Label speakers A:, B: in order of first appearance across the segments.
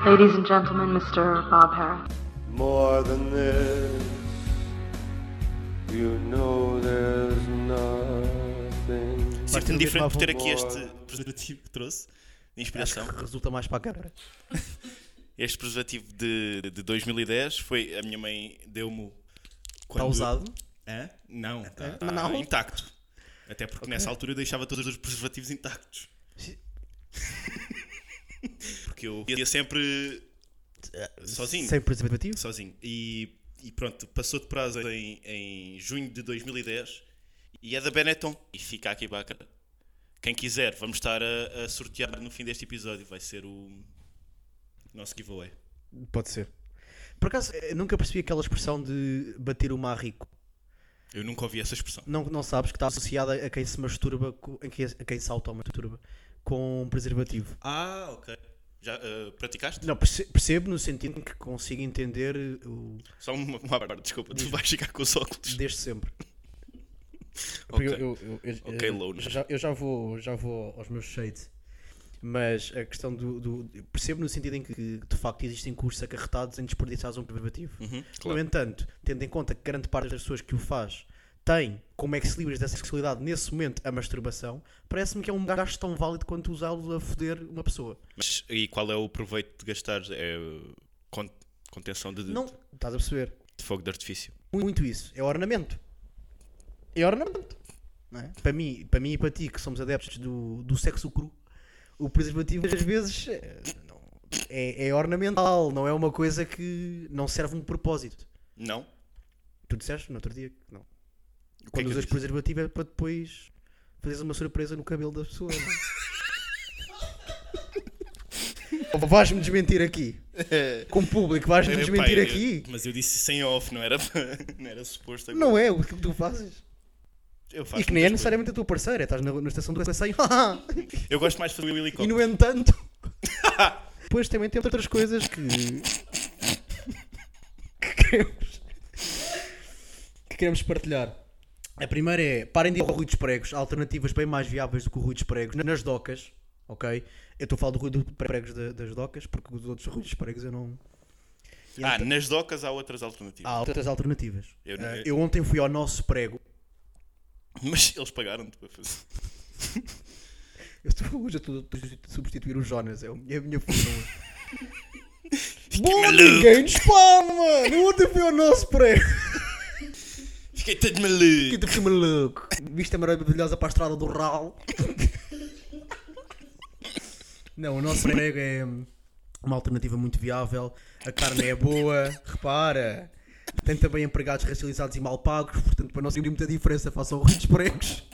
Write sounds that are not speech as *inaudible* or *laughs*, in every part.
A: Ladies and gentlemen, Mr. Bob Harris.
B: More than this, you know there's nothing.
C: Sinto-me diferente por ter
B: vou-
C: aqui este preservativo que trouxe de inspiração.
D: Resulta mais para a câmara.
C: Este preservativo de, de 2010 foi. A minha mãe deu-me.
D: Está usado.
C: Hã? Não, está
D: Mas não?
C: intacto. Até porque nessa altura eu deixava todos os preservativos intactos. *laughs* porque eu ia sempre sozinho.
D: Sem preservativo.
C: sozinho. E, e pronto, passou de prazo em, em junho de 2010 e é da Benetton. E fica aqui para a cara. Quem quiser, vamos estar a, a sortear no fim deste episódio. Vai ser o nosso giveaway.
D: Pode ser. Por acaso, eh, nunca percebi aquela expressão de bater o mar rico.
C: Eu nunca ouvi essa expressão.
D: Não, não sabes que está associada a quem se masturba, co- a quem, a quem se automasturba com preservativo.
C: Ah, ok. Já ah, praticaste?
D: Não, perce- percebo no sentido em que consigo entender eh, o,
C: Só uma, uma parte, desculpa. Tu vais ficar com os óculos.
D: desde
C: *laughs*
D: sempre.
C: Ok.
D: Porque eu, eu- eu- eu-
C: Ok,
D: eu-
C: Lounge.
D: já, eu já vou, já vou aos meus shades. Mas a questão do, do- eu Percebo no sentido em que, de facto, existem cursos acarretados em desperdiçar um preservativo.
C: Uhum,
D: No
C: claro.
D: entanto, tendo em conta que grande parte das pessoas que o faz tem como é que se livres dessa sexualidade nesse momento a masturbação, parece-me que é um gasto tão válido quanto usá-lo a foder uma pessoa.
C: Mas e qual é o proveito de gastar? É uh, con- contenção de, de-
D: Não, estás a perceber?
C: de fogo de artifício.
D: Muito isso. É ornamento. É ornamento. não é? Para, mim, para mim e para ti, que somos adeptos do, do sexo cru, o preservativo às vezes é, não- é- é ornamental, não é uma coisa que não serve um propósito.
C: Não?
D: Tu disseste no outro dia que não.
C: O que é
D: Quando
C: que eu
D: usas
C: disse?
D: preservativo é para depois fazeres uma surpresa no cabelo da pessoa. não
C: *laughs*
D: é? vais-me desmentir aqui.
C: É.
D: Com o público, vais-me
C: Epá,
D: desmentir
C: eu-
D: aqui.
C: Mas eu disse sem off, não era, *laughs* não era suposto agora.
D: Não é o que tu fazes.
C: Eu faço
D: E que nem é
C: muitas
D: necessariamente a tua parceira, estás na, na estação
C: *laughs*
D: do passeio
C: coisas. Eu gosto mais de fazer o
D: e
C: helicóptero. *laughs*
D: no entanto. Depois também tem outras coisas que. que queremos. que queremos partilhar. A primeira é: parem de ir ao ruído dos pregos. Há alternativas bem mais viáveis do que o ruído dos pregos nas docas, ok? Eu estou a falar do ruído dos pregos da- das docas, porque os outros ruídos dos pregos eu não.
C: Ah, nas docas há outras alternativas.
D: Há outras alternativas.
C: Eu não-
D: Ah, eu ontem fui ao nosso prego.
C: *laughs* Mas eles pagaram-te para fazer.
D: Eu estou, hoje eu estou a substituir o Jonas, é o- é a minha função. hoje.
C: Fiquei
D: Bom,
C: é maluco!
D: ninguém dispara, mano! Eu ontem fui ao nosso prego.
C: Fiquei todo maluco!
D: Quinta por cima, tipo assim, maluco. Vista maravilhosa para a estrada do Ral. Não, o nosso prego é uma alternativa muito viável. A carne é boa, repara. Tem também empregados racializados e mal pagos, portanto, para não sentir muita diferença, façam ricos pregos.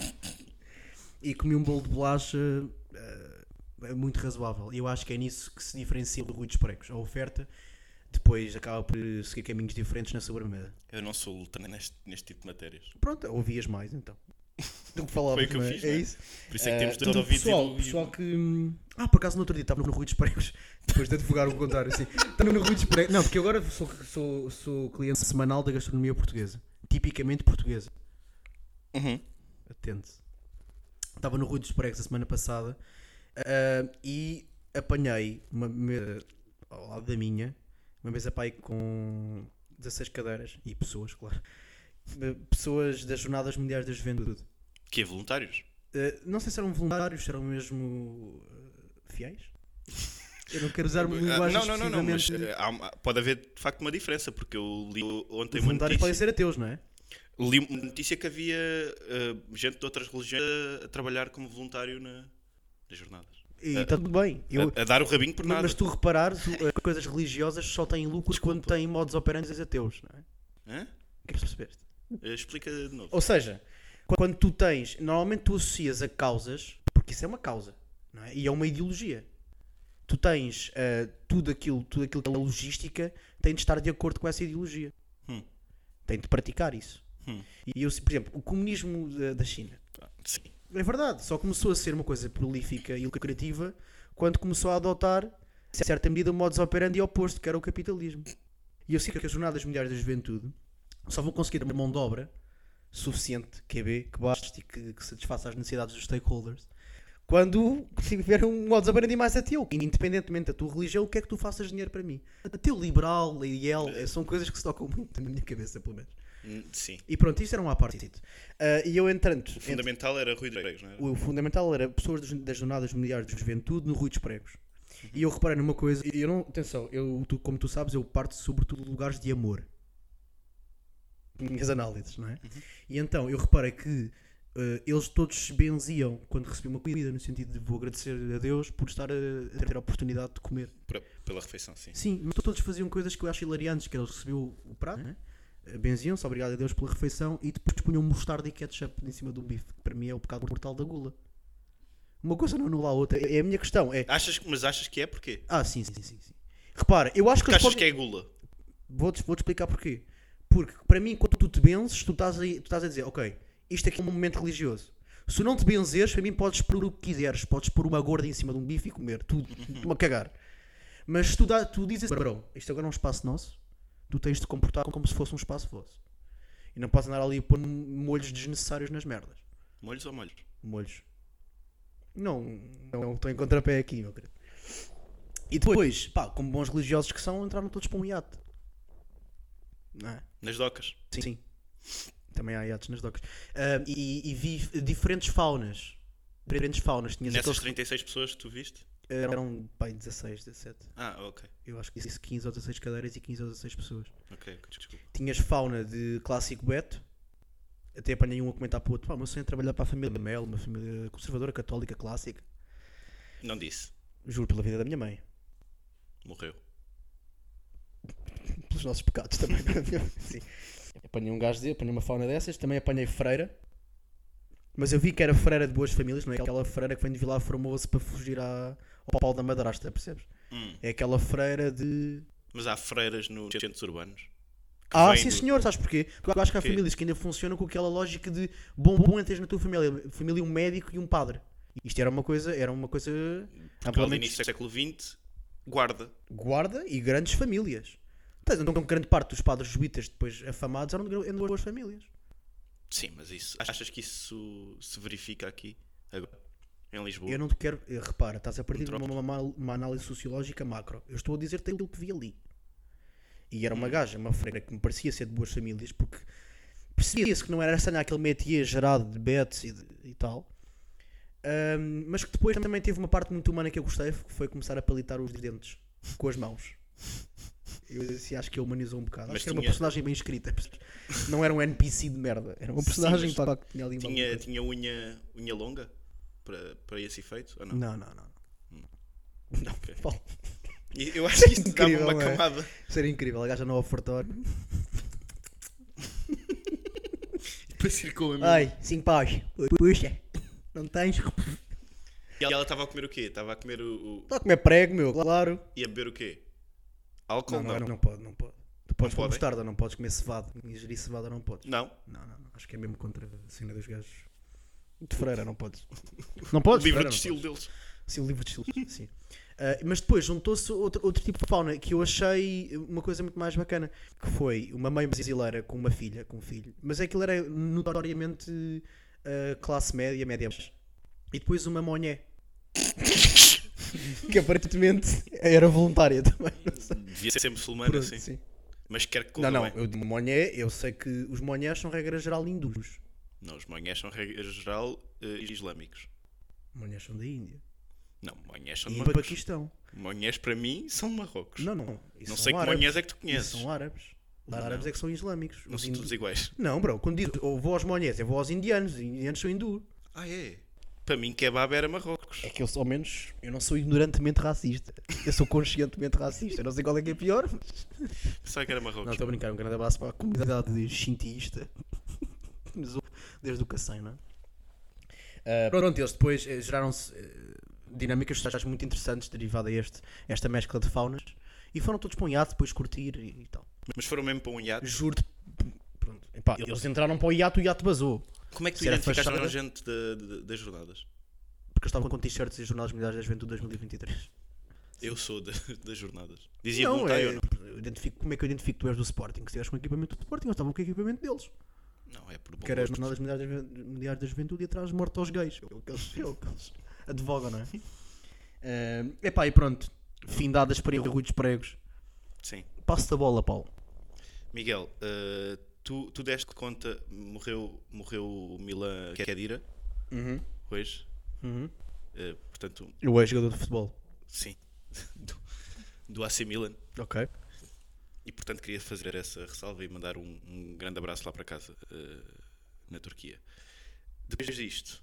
D: E comi um bolo de bolacha eh, muito razoável. E eu acho que é nisso que se diferencia do Rui dos Pregos. A oferta depois acaba por seguir caminhos diferentes na sobremesa.
C: Eu não sou ultra neste, neste tipo de matérias.
D: Pronto, ouvias mais então.
C: *laughs*
D: Do que
C: Foi
D: falavas,
C: o que eu
D: não é?
C: fiz,
D: É
C: não é?
D: isso.
C: Por isso é que
D: Eh,
C: temos dois
D: então,
C: ouvidos e
D: pessoal,
C: do- e
D: pessoal
C: do-
D: que. hum, Ah, por acaso no outro dia estava no Rui dos Pregos, *laughs* depois de advogar o contrário, assim. Estava no Rui dos Pregos. Não, porque eu agora sou, sou, sou cliente semanal da gastronomia portuguesa. Tipicamente portuguesa.
C: Uhum.
D: Atente. Estava no Rui dos Pregos a semana passada ah, e apanhei uma mesa ao lado da minha, uma mesa pai com 16 cadeiras e pessoas, claro. Eh, Pessoas das Jornadas Mundiais da Juventude.
C: Que é voluntários?
D: Uh, não sei se eram voluntários, se eram mesmo uh, fiéis. Eu não quero usar uma
C: Ah,
D: linguagem
C: não, não, não, não, mas
D: excessivamente-
C: eh, há uma- pode haver de facto uma diferença, porque eu li ontem uma
D: voluntários podem
C: notícia,
D: ser ateus, não é?
C: li uma notícia que havia eh, gente de outras religiões a, a trabalhar como voluntário na, nas jornadas.
D: E
C: Ah,
D: está tudo bem. Eu-
C: a, a dar o rabinho por nada.
D: mas tu reparares, tu, as coisas religiosas só têm lucro quando têm modos operantes ateus, não é?
C: Hã?
D: O que é que percebeste?
C: Eh, Explica de novo.
D: Ou seja, qu- quando tu tens, normalmente tu associas a causas, porque isso é uma causa, não é? E é uma ideologia. Tu tens ah, tudo aquilo, tudo aquilo que é logística tem de estar de acordo com essa ideologia.
C: Hum.
D: Tem de praticar isso.
C: Hum.
D: E eu, se- por exemplo, o comunismo da, da China.
C: Ah, Sim.
D: É verdade, só começou a ser uma coisa prolífica e lucrativa quando começou a adotar, em certa medida, o modus operandi oposto, que era o capitalismo. E eu sei que as Jornadas Mundiais da Juventude só vão conseguir uma mão de obra suficiente, QB, que baste e que, que satisfaça as necessidades dos stakeholders, Quando se viver um modo de mais ateu, que independentemente da tua religião, o que é que tu faças dinheiro para mim? Ateu liberal, leal, eh, são coisas que se tocam muito na minha cabeça, pelo menos.
C: Hum, Sim.
D: E pronto, isto era um apartheid. Ah, e eu, entretanto,
C: O fundamental era Rui Dreios, não era?
D: o fundamental era pessoas das- das jornadas mundiais de juventude no Rui dos Pregos. E eu reparei numa coisa, e eu não, atenção, eu, tu- como tu sabes, eu parto sobretudo de lugares de amor. Minhas análises, não é? E então eu reparei que eh, eles todos se benziam quando recebiam uma comida, no sentido de vou agradecer a Deus por estar a, a ter a oportunidade de comer.
C: Pra- Pela refeição, sim.
D: Sim, mas todos faziam coisas que eu acho hilariantes, que eles recebiam o prato,
C: Uhum.
D: né? benziam-se, obrigado a Deus pela refeição, e depois punham mostarda e ketchup em cima do bife, que para mim é o pecado mortal da gula. Uma coisa não anula a outra, é é a minha questão, é...
C: Achas, que- mas achas que é porquê?
D: Ah, sim, sim, sim, sim. Repara, eu acho que...
C: Porque
D: eles
C: achas que
D: podem-
C: é gula?
D: Vou-te vou-te explicar porquê. Porque para mim, quando tu te benzes, tu estás, a, tu estás a dizer, ok, isto aqui é um momento religioso. Se não te benzeres, para mim podes pôr o que quiseres, podes pôr uma gorda em cima de um bife e comer, tudo, *laughs* uma cagar. Mas se tu, dá, tu dizes, bro, isto agora é um espaço nosso, tu tens de te comportar como se fosse um espaço vosso. E não podes andar ali a pôr molhos desnecessários nas merdas.
C: Molhos ou molhos?
D: Molhos. Não, não estou em contrapé aqui, meu querido. E depois, pá, como bons religiosos que são, entraram todos para um iate. Não é?
C: Nas docas.
D: Sim. Também há iates nas docas. Ah, e, e vi diferentes faunas. Diferentes faunas. Tinhas
C: Nessas
D: aqueles que
C: 36 pessoas que tu viste?
D: eram, pá, 16, 17.
C: Ah, ok.
D: Eu acho que disse 15 ou 16 cadeiras e 15 ou 16 pessoas.
C: Ok, ok, desculpa.
D: Tinhas fauna de clássico Beto. Até apanhei um a comentar para o outro. Pá, o meu sonho é trabalhar para a família Melo, uma família conservadora católica clássica.
C: Não disse.
D: Juro pela vida da minha mãe.
C: Morreu.
D: pelos nossos pecados também. é *laughs* Sim. Apanhei um gajo, de- apanhei uma fauna dessas, também apanhei freira. Mas eu vi que era freira de boas famílias, não é aquela freira que vem de Vila Formoso para fugir à- ao pau da madrasta, percebes?
C: Hum.
D: É aquela freira de.
C: Mas há freiras nos centros urbanos.
D: ah,
C: vem
D: sim
C: do-
D: senhor, sabes porquê? Porque eu acho que há
C: Quê?
D: famílias que ainda funcionam com aquela lógica de bom, bom, tens na tua família, família um médico e um padre. Isto era uma coisa, era uma coisa
C: Porque
D: amplamente
C: ao início do século XX, guarda.
D: guarda e grandes famílias. Portanto, Então, grande parte dos padres jesuítas depois afamados eram de gr- eram de boas famílias.
C: Sim, mas isso. Achas que isso se verifica aqui? Agora? Em Lisboa?
D: Eu não te quero. eh, Repara, estás a partir de uma,
C: Metrópole.
D: uma- uma análise sociológica macro. Eu estou a dizer-te aquilo que vi ali. E
C: Hum.
D: era uma gaja, uma freira, que me parecia ser de boas famílias, porque percebia-se que não era estranho aquele métier gerado de bets e, de- e tal. Ahm, mas que depois também teve uma parte muito humana que eu gostei, que foi começar a palitar os dentes com as mãos. Eu assim, acho que a humanizou um bocado.
C: Mas
D: acho que era uma
C: tinha-
D: personagem bem escrita. *laughs* percebes? Não era um NPC de merda. Era uma personagem
C: mas
D: pá, que tinha ali uma
C: Tinha, tinha unha, unha longa? Para, para esse efeito? Ou não?
D: Não, não, não.
C: Ok.
D: Paulo.
C: E Eu acho que
D: *laughs*
C: isso dava
D: Incrível,
C: uma
D: não é?
C: camada.
D: Seria incrível, a gaja no ofertório.
C: Para circular mesmo.
D: Ai, 5 paus. Puxa. Não tens? Estou
C: E ela estava a comer o quê? Estava a comer o, o-
D: a comer é prego, meu, claro.
C: e a beber o quê? Álcool?
D: Não,
C: Não.
D: não, um não pode, não pode. Tu podes
C: podem?
D: comer mostarda, não podes comer cevada. Ingerir cevada não podes.
C: Não.
D: Não, não, não. Acho que é mesmo contra a cena dos gajos. De freira, não podes. Não podes?
C: Livro
D: Freira,
C: de
D: não
C: estilo
D: podes.
C: deles.
D: Sim, o livro de estilo, sim. Ah, mas depois juntou-se outro, outro tipo de fauna que eu achei uma coisa muito mais bacana. Que foi uma mãe brasileira com uma filha, com um filho. Mas aquilo era notoriamente ah, classe média, média baixa. E depois uma monhé. *laughs* que aparentemente era voluntária também. Não sei.
C: Devia ser muçulmano
D: Pronto,
C: assim.
D: sim.
C: Mas quer que corra
D: Não, não,
C: bem.
D: eu digo monhé, eu sei que os monhés são regra geral hindus.
C: Não, os manhãs são, regra geral, eh, islâmicos.
D: Monhés são da Índia.
C: Não, é manhãs são
D: E
C: de
D: do
C: Marrocos.
D: Paquistão.
C: Manhãs para mim são de Marrocos.
D: Não, não. isso
C: Não
D: são
C: sei que
D: árabes.
C: manhãs é que tu conheces.
D: Isso são árabes. Os árabes é que são islâmicos.
C: Não
D: Os
C: são
D: hindus-
C: todos iguais.
D: Não, bro, quando "Oh, digo eu vou aos monhés, eu vou aos é indianos, os indianos são hindu.
C: Ah, é? Para mim, kebab era Marrocos.
D: É que eu, sou- ao menos, eu não sou ignorantemente racista. Eu sou conscientemente racista. Eu não sei qual é que é pior. mas-
C: Pensava que era
D: Não,
C: Marrocos.
D: estou a brincar. Um grande abraço para a comunidade de *laughs* xintiísta. Mas o- Desde o Cacém, não é? Ah, pronto, eles depois eh, geraram-se eh, dinâmicas sociais muito interessantes derivada a este, esta mescla de faunas. E foram todos para um iate, depois curtir e, e tal.
C: Mas foram mesmo para um iate.
D: Juro-te. Pronto. Epá, eles entraram para o iate, o iate vazou.
C: Como é que tu
D: Se era
C: identificaste
D: fachada-
C: a gente da- da- das jornadas?
D: porque eu estava com t-shirts e jornais mundiais da juventude 2023.
C: Eu sou da- *laughs* das jornadas. Dizia
D: não,
C: voluntário
D: é,
C: ou não?
D: eu identifico, como é que eu identifico que tu és do Sporting? Se tivesse com equipamento do Sporting, eu estava com o equipamento deles.
C: Não, é por bom
D: Que era as
C: gosto.
D: jornadas mundiais da, Juven- mundiais da juventude e atrás morto aos gays. É o que eles- *laughs* é o que eles- advoga, não é? Eh, epá, e pronto. Fim dadas para Rui dos Pregos.
C: Sim.
D: Passo a bola, Paulo.
C: Miguel, eh, tu, tu deste conta, morreu, morreu o Milan Kedira
D: Uhum.
C: hoje. Eh, portanto,
D: Eu é jogador de futebol.
C: sim, *laughs* do, do AC Milan.
D: Ok.
C: E portanto queria fazer essa ressalva e mandar um, um grande abraço lá para casa, eh, na Turquia. Depois disto,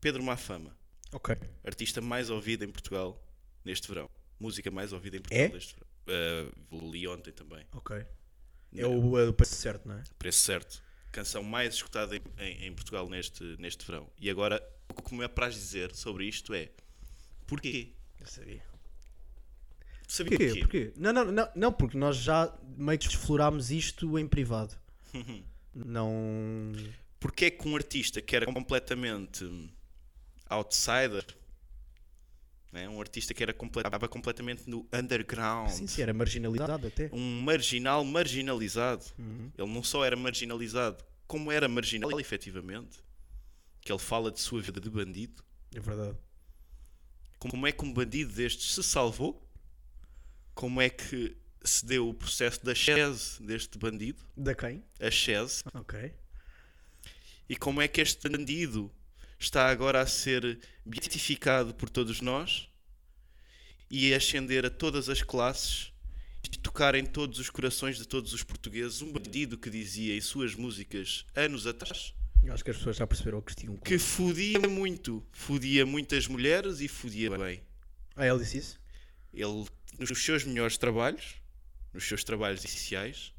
C: Pedro Mafama,
D: Ok.
C: artista mais ouvido em Portugal neste verão. Música mais ouvida em Portugal
D: É?
C: neste verão. Eh, li ontem também.
D: Ok. É o, é o preço certo, não é?
C: Preço certo. Canção mais escutada em, em- em Portugal neste, neste verão. E agora, o que me é para dizer sobre isto é porquê?
D: Eu sabia.
C: Sabia
D: Porquê? Porquê? Não, não, não, não, porque nós já meio que explorámos isto em *laughs* privado. não.
C: Porquê é que um artista que era completamente hum, outsider, né? um artista que era comple- estava completamente no underground,
D: Sim, sim, era marginalizado até.
C: um marginal marginalizado,
D: Uhum.
C: ele não só era marginalizado, como era marginal efetivamente, que ele fala de sua vida de bandido,
D: É verdade.
C: como é que um bandido destes se salvou, como é que se deu o processo da chese deste bandido,
D: Da quem?
C: a chese,
D: Ok.
C: e como é que este bandido está agora a ser beatificado por todos nós e a ascender a todas as classes e tocar em todos os corações de todos os portugueses um bandido que dizia em suas músicas anos atrás
D: Eu acho que as pessoas já perceberam que tinham
C: que fodia muito, fodia muitas mulheres e fodia bem.
D: Ah, ele disse isso?
C: Ele nos seus melhores trabalhos, nos seus trabalhos iniciais,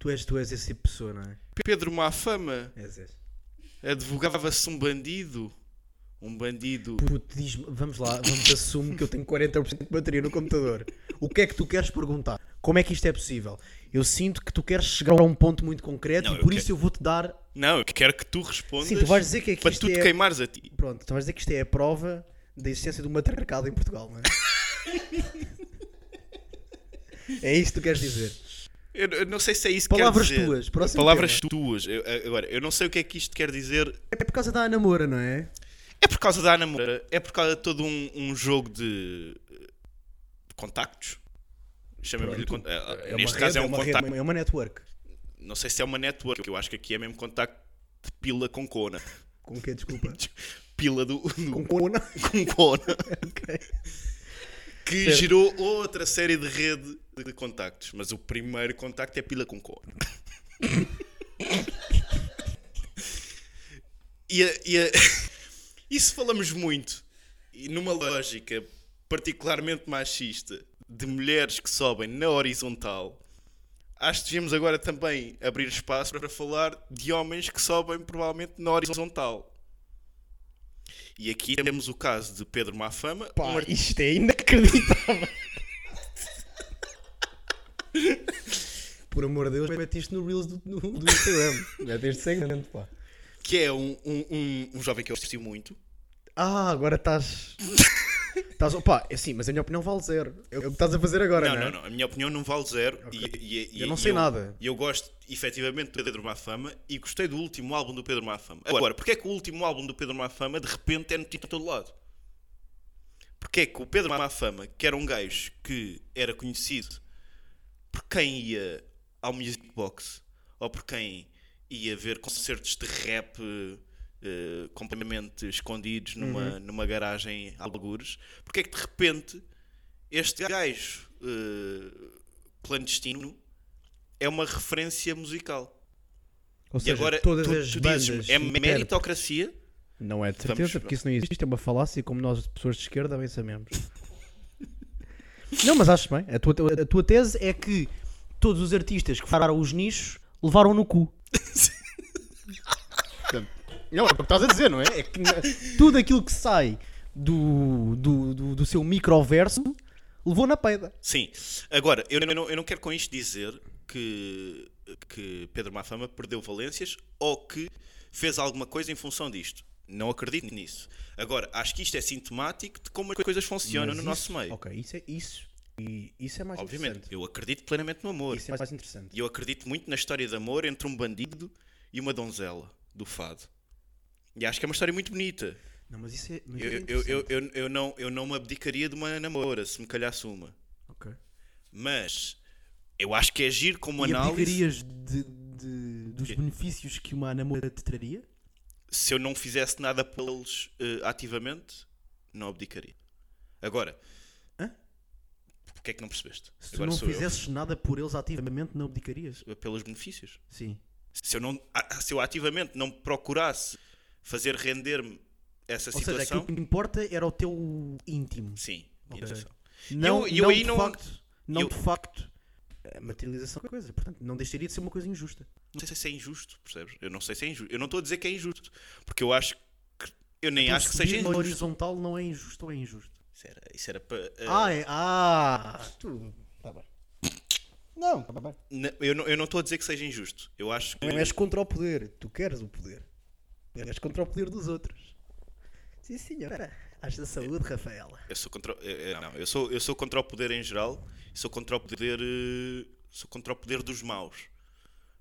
D: Tu és, tu és esse tipo de pessoa, não é?
C: Pedro Mafama
D: És esse.
C: advogava-se um bandido, um bandido
D: Puto, diz-me, vamos lá, vamos assumir que eu tenho 40% de bateria no computador. O que é que tu queres perguntar? Como é que isto é possível? Eu sinto que tu queres chegar a um ponto muito concreto
C: Não,
D: e
C: eu
D: por
C: quero-
D: isso eu vou-te dar.
C: Não, eu quero que tu respondas.
D: Sim, tu vais dizer que é que
C: Para
D: isto
C: tu te
D: é-
C: queimares a ti.
D: Pronto, tu vais dizer que isto é a prova da existência do matriarcado em Portugal, *laughs* não é? é isso que tu queres dizer.
C: Eu, eu não sei se é isso
D: Palavras
C: que quero dizer.
D: tuas, próximo
C: Palavras tuas. Eu- eu- agora, eu não sei o que é que isto quer dizer.
D: É por causa da Ana Moura, não é?
C: É por causa da Ana Moura? É por causa de todo um, um jogo de eh, contactos? Chamemos-lhe.
D: Pronto.
C: Con... eh, eh,
D: uma
C: Neste caso
D: rede,
C: é um
D: uma rede,
C: contacto.
D: é uma network.
C: Não sei se é uma network. Eu acho que aqui é mesmo contacto de pila com cona.
D: Com que, desculpa?
C: Pila do. do-
D: *laughs* Com cona?
C: com cona.
D: Ok.
C: Que
D: Certo.
C: gerou outra série de rede de contactos. Mas o primeiro contacto é pila com cona. e, a- e, a- *laughs* e se falamos muito, e numa lógica particularmente machista, de mulheres que sobem na horizontal, acho que devíamos agora também abrir espaço para falar de homens que sobem provavelmente na horizontal. E aqui temos o caso de Pedro Mafama, um
D: Pá,
C: artista
D: isto é inacreditável. *laughs* Por amor de Deus, mete isto no Reels do, no- do Instagram. mete este segmento, pá.
C: que é um, um, um, um jovem que eu assisti muito.
D: Ah, agora *laughs* estás. Estás. Pá, é assim, mas a minha opinião vale zero. É o que estás a fazer agora,
C: Não,
D: não, é?
C: não, não. A minha opinião não vale zero. E, e- e-
D: Eu não
C: e
D: sei nada.
C: E eu gosto, efetivamente, do Pedro Mafama e gostei do último álbum do Pedro Mafama. Agora, porque é que o último álbum do Pedro Mafama de repente é notícia de todo lado? Porque é que o Pedro Mafama, que era um gajo que era conhecido por quem ia ao Music Box ou por quem ia ver concertos de rap eh, completamente escondidos
D: Uhum.
C: numa, numa garagem a algures, porque é que de repente este gajo eh, clandestino é uma referência musical.
D: Ou
C: E
D: seja,
C: agora
D: todas
C: tu,
D: as
C: tu
D: bandas.
C: dizes é
D: superb-
C: meritocracia?
D: Não é de
C: Vamos-
D: certeza, porque isso não existe, é uma falácia, como nós, pessoas de esquerda,
C: *laughs*
D: bem sabemos. não, mas acho bem. A tua, a tua tese é que todos os artistas que fararam os nichos levaram no cu. Portanto, não, é o que estás a dizer, não é? É que na- tudo aquilo que sai do, do, do, do seu microverso levou na peida.
C: Sim. Agora, eu não, eu não- eu não quero com isto dizer que, que Pedro Mafama perdeu valências ou que fez alguma coisa em função disto. Não acredito nisso. Agora, acho que isto é sintomático de como as coisas funcionam
D: Mas
C: no
D: isso-
C: nosso meio.
D: Ok, isso é isso. E isso é mais
C: Obviamente,
D: interessante.
C: eu acredito plenamente no amor.
D: Isso é mais interessante.
C: E eu acredito muito na história de amor entre um bandido e uma donzela do fado. E acho que é uma história muito bonita.
D: Não, mas isso é. Mas
C: Eu,
D: isso é
C: eu, eu,
D: interessante.
C: eu, eu não, eu não me abdicaria de uma namora, se me calhasse uma.
D: Ok.
C: Mas eu acho que é giro como
D: E
C: análise.
D: abdicarias de, de- dos
C: Quê?
D: benefícios que uma namorada te traria?
C: Se eu não fizesse nada pelos eh, ativamente, não abdicaria. Agora,
D: Hã?
C: porque é que não percebeste?
D: Se tu
C: Agora
D: não
C: sou eu. Eh,
D: fizesses nada por eles ativamente, não abdicarias?
C: Pelos benefícios.
D: Sim.
C: Se eu, não, a- se eu ativamente não procurasse fazer render-me essa
D: Ou seja,
C: situação,
D: aquilo que importa era o teu íntimo.
C: sim,
D: Ok.
C: interação.
D: Não,
C: Eu- eu
D: não
C: aí
D: de
C: não-
D: facto. Não
C: eu-
D: de facto. A materialização da coisa. Portanto, não deixaria de ser uma coisa injusta.
C: não sei se é injusto, percebes? Eu não sei se é injusto. Eu não estou a dizer que é injusto, porque eu acho que eu nem
D: Então
C: acho que seja
D: Subir na
C: injusto.
D: horizontal não é injusto ou é injusto?
C: Isso era, isso era para. eh,
D: Ah, é. Ah! Tu. Tá bem. Não, tá bem.
C: na- eu não eu não estou a dizer que seja injusto. Eu acho que.
D: Não é? és contra o poder, tu queres o poder. Não és contra o poder dos outros. Sim, senhora. Haja saúde, Rafaela.
C: Eu sou contra. eh, eh, Não, eu sou, eu sou contra o poder em geral. Sou contra o poder. eh, Sou contra o poder dos maus.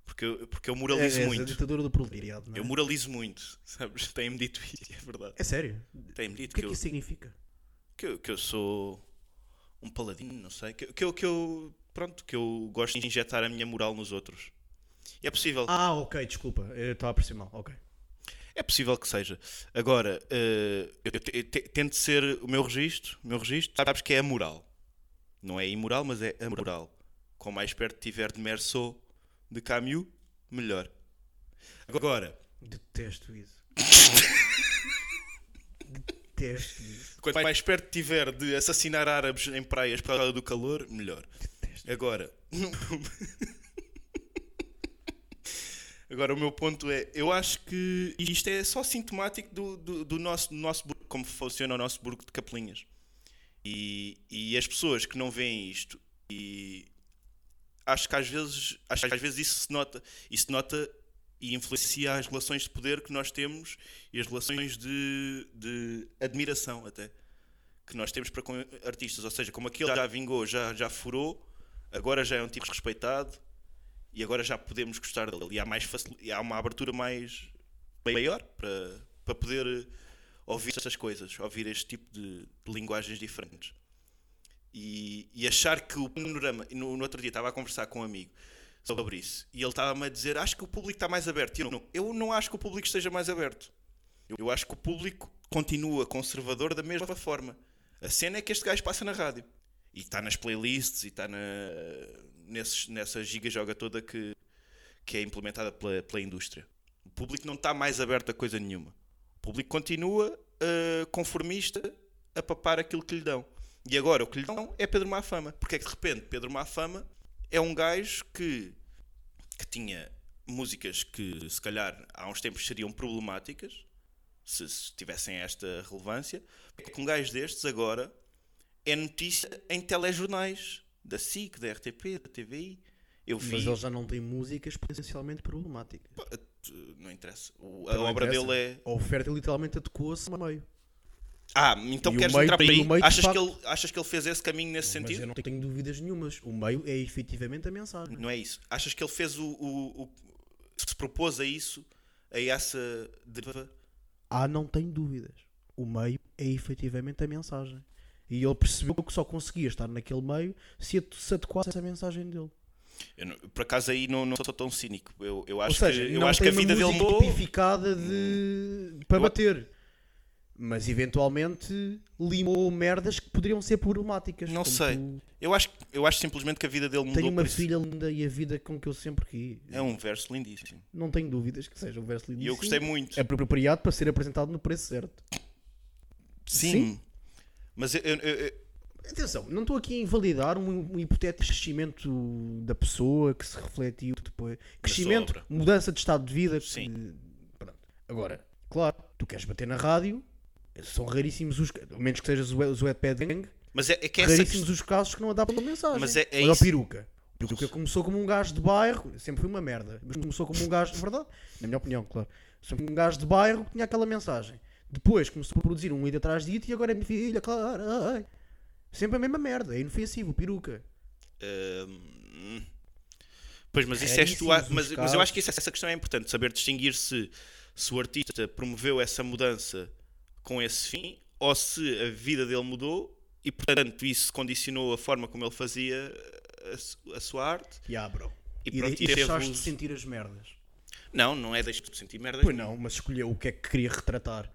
C: Porque eu, porque eu moralizo
D: És a
C: muito.
D: ditadura do proletariado, não é?
C: Eu moralizo muito, *laughs* sabes? Tem-me dito isso, é verdade.
D: É sério?
C: Tem-me dito
D: O que é
C: que,
D: que
C: eu,
D: isso significa?
C: que, eu, que eu sou um paladino, não sei. Que, que eu, que eu. Pronto, que eu gosto de injetar a minha moral nos outros. E é possível.
D: Ah, ok, desculpa. Eu Estava a perceber mal, ok.
C: É possível que seja. Agora, eh, eu, te- eu te- tento ser o meu registro, o meu registro, sabes que é amoral. Não é imoral, mas é amoral. Quanto mais perto tiver de Merceau de Camus, melhor. Agora, *laughs*
D: Detesto isso. Detesto isso.
C: quanto mais perto tiver de assassinar árabes em praias por causa do calor, melhor.
D: Detesto.
C: Agora, agora o meu ponto é, eu acho que isto é só sintomático do, do, do nosso, do nosso burgo, como funciona o nosso burgo de capelinhas. E, e as pessoas que não veem isto, e acho que às vezes, acho que às vezes isso se nota, isso se nota e influencia as relações de poder que nós temos e as relações de, de admiração até que nós temos para com artistas. Ou seja, como aquele já vingou, já, já furou, agora já é um tipo respeitado e agora já podemos gostar dele. E há, mais facil... e há uma abertura mais maior para, para poder eh, ouvir estas coisas, ouvir este tipo de, de linguagens diferentes. E, e achar que o panorama. e No, no outro dia estava a conversar com um amigo sobre isso e ele estava-me a dizer: Acho que o público está mais aberto. E eu não, eu não acho que o público esteja mais aberto. Eu acho que o público continua conservador da mesma forma. A cena é que este gajo passa na rádio. E está nas playlists e está na, nesses, nessa giga-joga toda que, que é implementada pela, pela indústria. O público não está mais aberto a coisa nenhuma. O público continua ah, conformista a papar aquilo que lhe dão. E agora o que lhe dão é Pedro Mafama. Porque é que de repente Pedro Mafama é um gajo que que tinha músicas que se calhar há uns tempos seriam problemáticas se, se tivessem esta relevância, porque um gajo destes agora é notícia em telejornais da SIC, da RTP, da TVI. Eu vi,
D: Mas ele já não tem músicas potencialmente problemáticas.
C: Pá, tu- não interessa. O- a
D: Não
C: obra
D: interessa.
C: dele é.
D: A oferta literalmente adequou-se ao meio.
C: Ah, então
D: E o
C: queres
D: meio-
C: entrar por
D: e
C: aí?
D: o meio, de
C: Achas que,
D: facto-
C: ele, achas que ele fez esse caminho nesse
D: Mas eu
C: sentido?
D: não tenho dúvidas nenhumas. O meio é efetivamente a mensagem.
C: Não é isso. Achas que ele fez o. o- o- se propôs a isso, a essa deriva?
D: Ah, não tenho dúvidas. O meio é efetivamente a mensagem. E ele percebeu que só conseguia estar naquele meio se ade- se adequasse a essa mensagem dele.
C: Eu não- por acaso aí não, não sou tão cínico. Eu, eu
D: Ou
C: acho
D: seja,
C: que, eu
D: não
C: acho que
D: tem
C: a vida
D: uma
C: dele
D: música
C: mudou.
D: tipificada de... para
C: Eu-
D: bater. Mas eventualmente limou merdas que poderiam ser problemáticas.
C: Não
D: como
C: sei.
D: tu,
C: Eu acho, eu acho simplesmente que a vida dele mudou.
D: Tenho uma
C: por isso.
D: filha linda e a vida com que eu sempre quis.
C: É um verso lindíssimo.
D: Não tenho dúvidas que seja um verso lindo.
C: E eu gostei muito.
D: É apropriado para ser apresentado no preço certo.
C: Sim.
D: Sim.
C: Mas eu, eu- eu-
D: Atenção, não estou aqui a invalidar um, um hipotético crescimento da pessoa que se refletiu depois. Crescimento,
C: obra.
D: mudança de estado de vida. que-
C: Sim.
D: pronto. Agora, claro, tu queres bater na rádio, são raríssimos os. A menos que sejas o Wet Bad Gang,
C: mas é, é que essa
D: raríssimos os casos que não adaptam a mensagem.
C: Mas é- é
D: Olha o
C: isso.
D: peruca. O peruca começou como um gajo de bairro, sempre foi uma merda, mas começou como um gajo, de verdade, na minha opinião, claro. Sempre um gajo de bairro que tinha aquela mensagem. Depois começou a produzir um ido atrás de ti e agora é minha filha, claro. ai, ai. Sempre a mesma merda, é inofensivo, peruca.
C: Ahm, Pois, mas isso é
D: Raríssimos
C: estua...
D: os
C: mas, mas eu
D: casos.
C: acho que isso- essa questão é importante, saber distinguir se, se o artista promoveu essa mudança com esse fim, ou se a vida dele mudou e, portanto, isso condicionou a forma como ele fazia a, su- a sua arte.
D: Ya, bro.
C: E
D: E,
C: pronto,
D: e,
C: teve
D: deixaste de
C: uns-
D: sentir as merdas.
C: Não, não é deixar de sentir merda.
D: Pois não, mas escolheu o que é que queria retratar.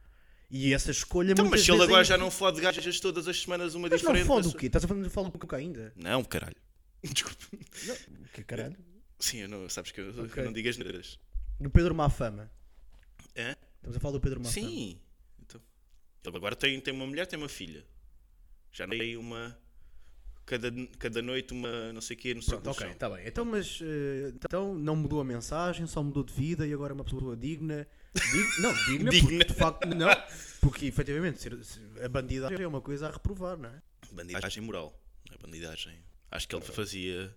D: E essa escolha
C: Então,
D: muitas
C: mas se ele
D: vezes
C: agora
D: é-
C: já não fode gajas todas as semanas uma
D: Mas não
C: diferente.
D: fode o quê? Estás a falar falo com o que ainda?
C: Não,
D: *laughs*
C: caralho. Desculpa.
D: Não, que caralho?
C: Sim, eu não, sabes que eu,
D: Ok.
C: eu não digo as neiras.
D: Do Pedro Mafama.
C: Hã?
D: Estamos a falar do Pedro Mafama.
C: Sim. Então, ele agora tem, tem uma mulher, tem uma filha. Já não tem uma. Cada, cada noite uma não sei o quê, não sei
D: Pronto,
C: o que.
D: ok, está bem. Então, mas eh, então não mudou a mensagem, só mudou de vida e agora é uma pessoa digna. Dig-
C: *laughs*
D: não, digna, porque
C: Digna.
D: de facto não. Porque efetivamente ser, ser- a bandidagem é uma coisa a reprovar, não é?
C: Bandidagem moral. Não é bandidagem. Acho que ele fazia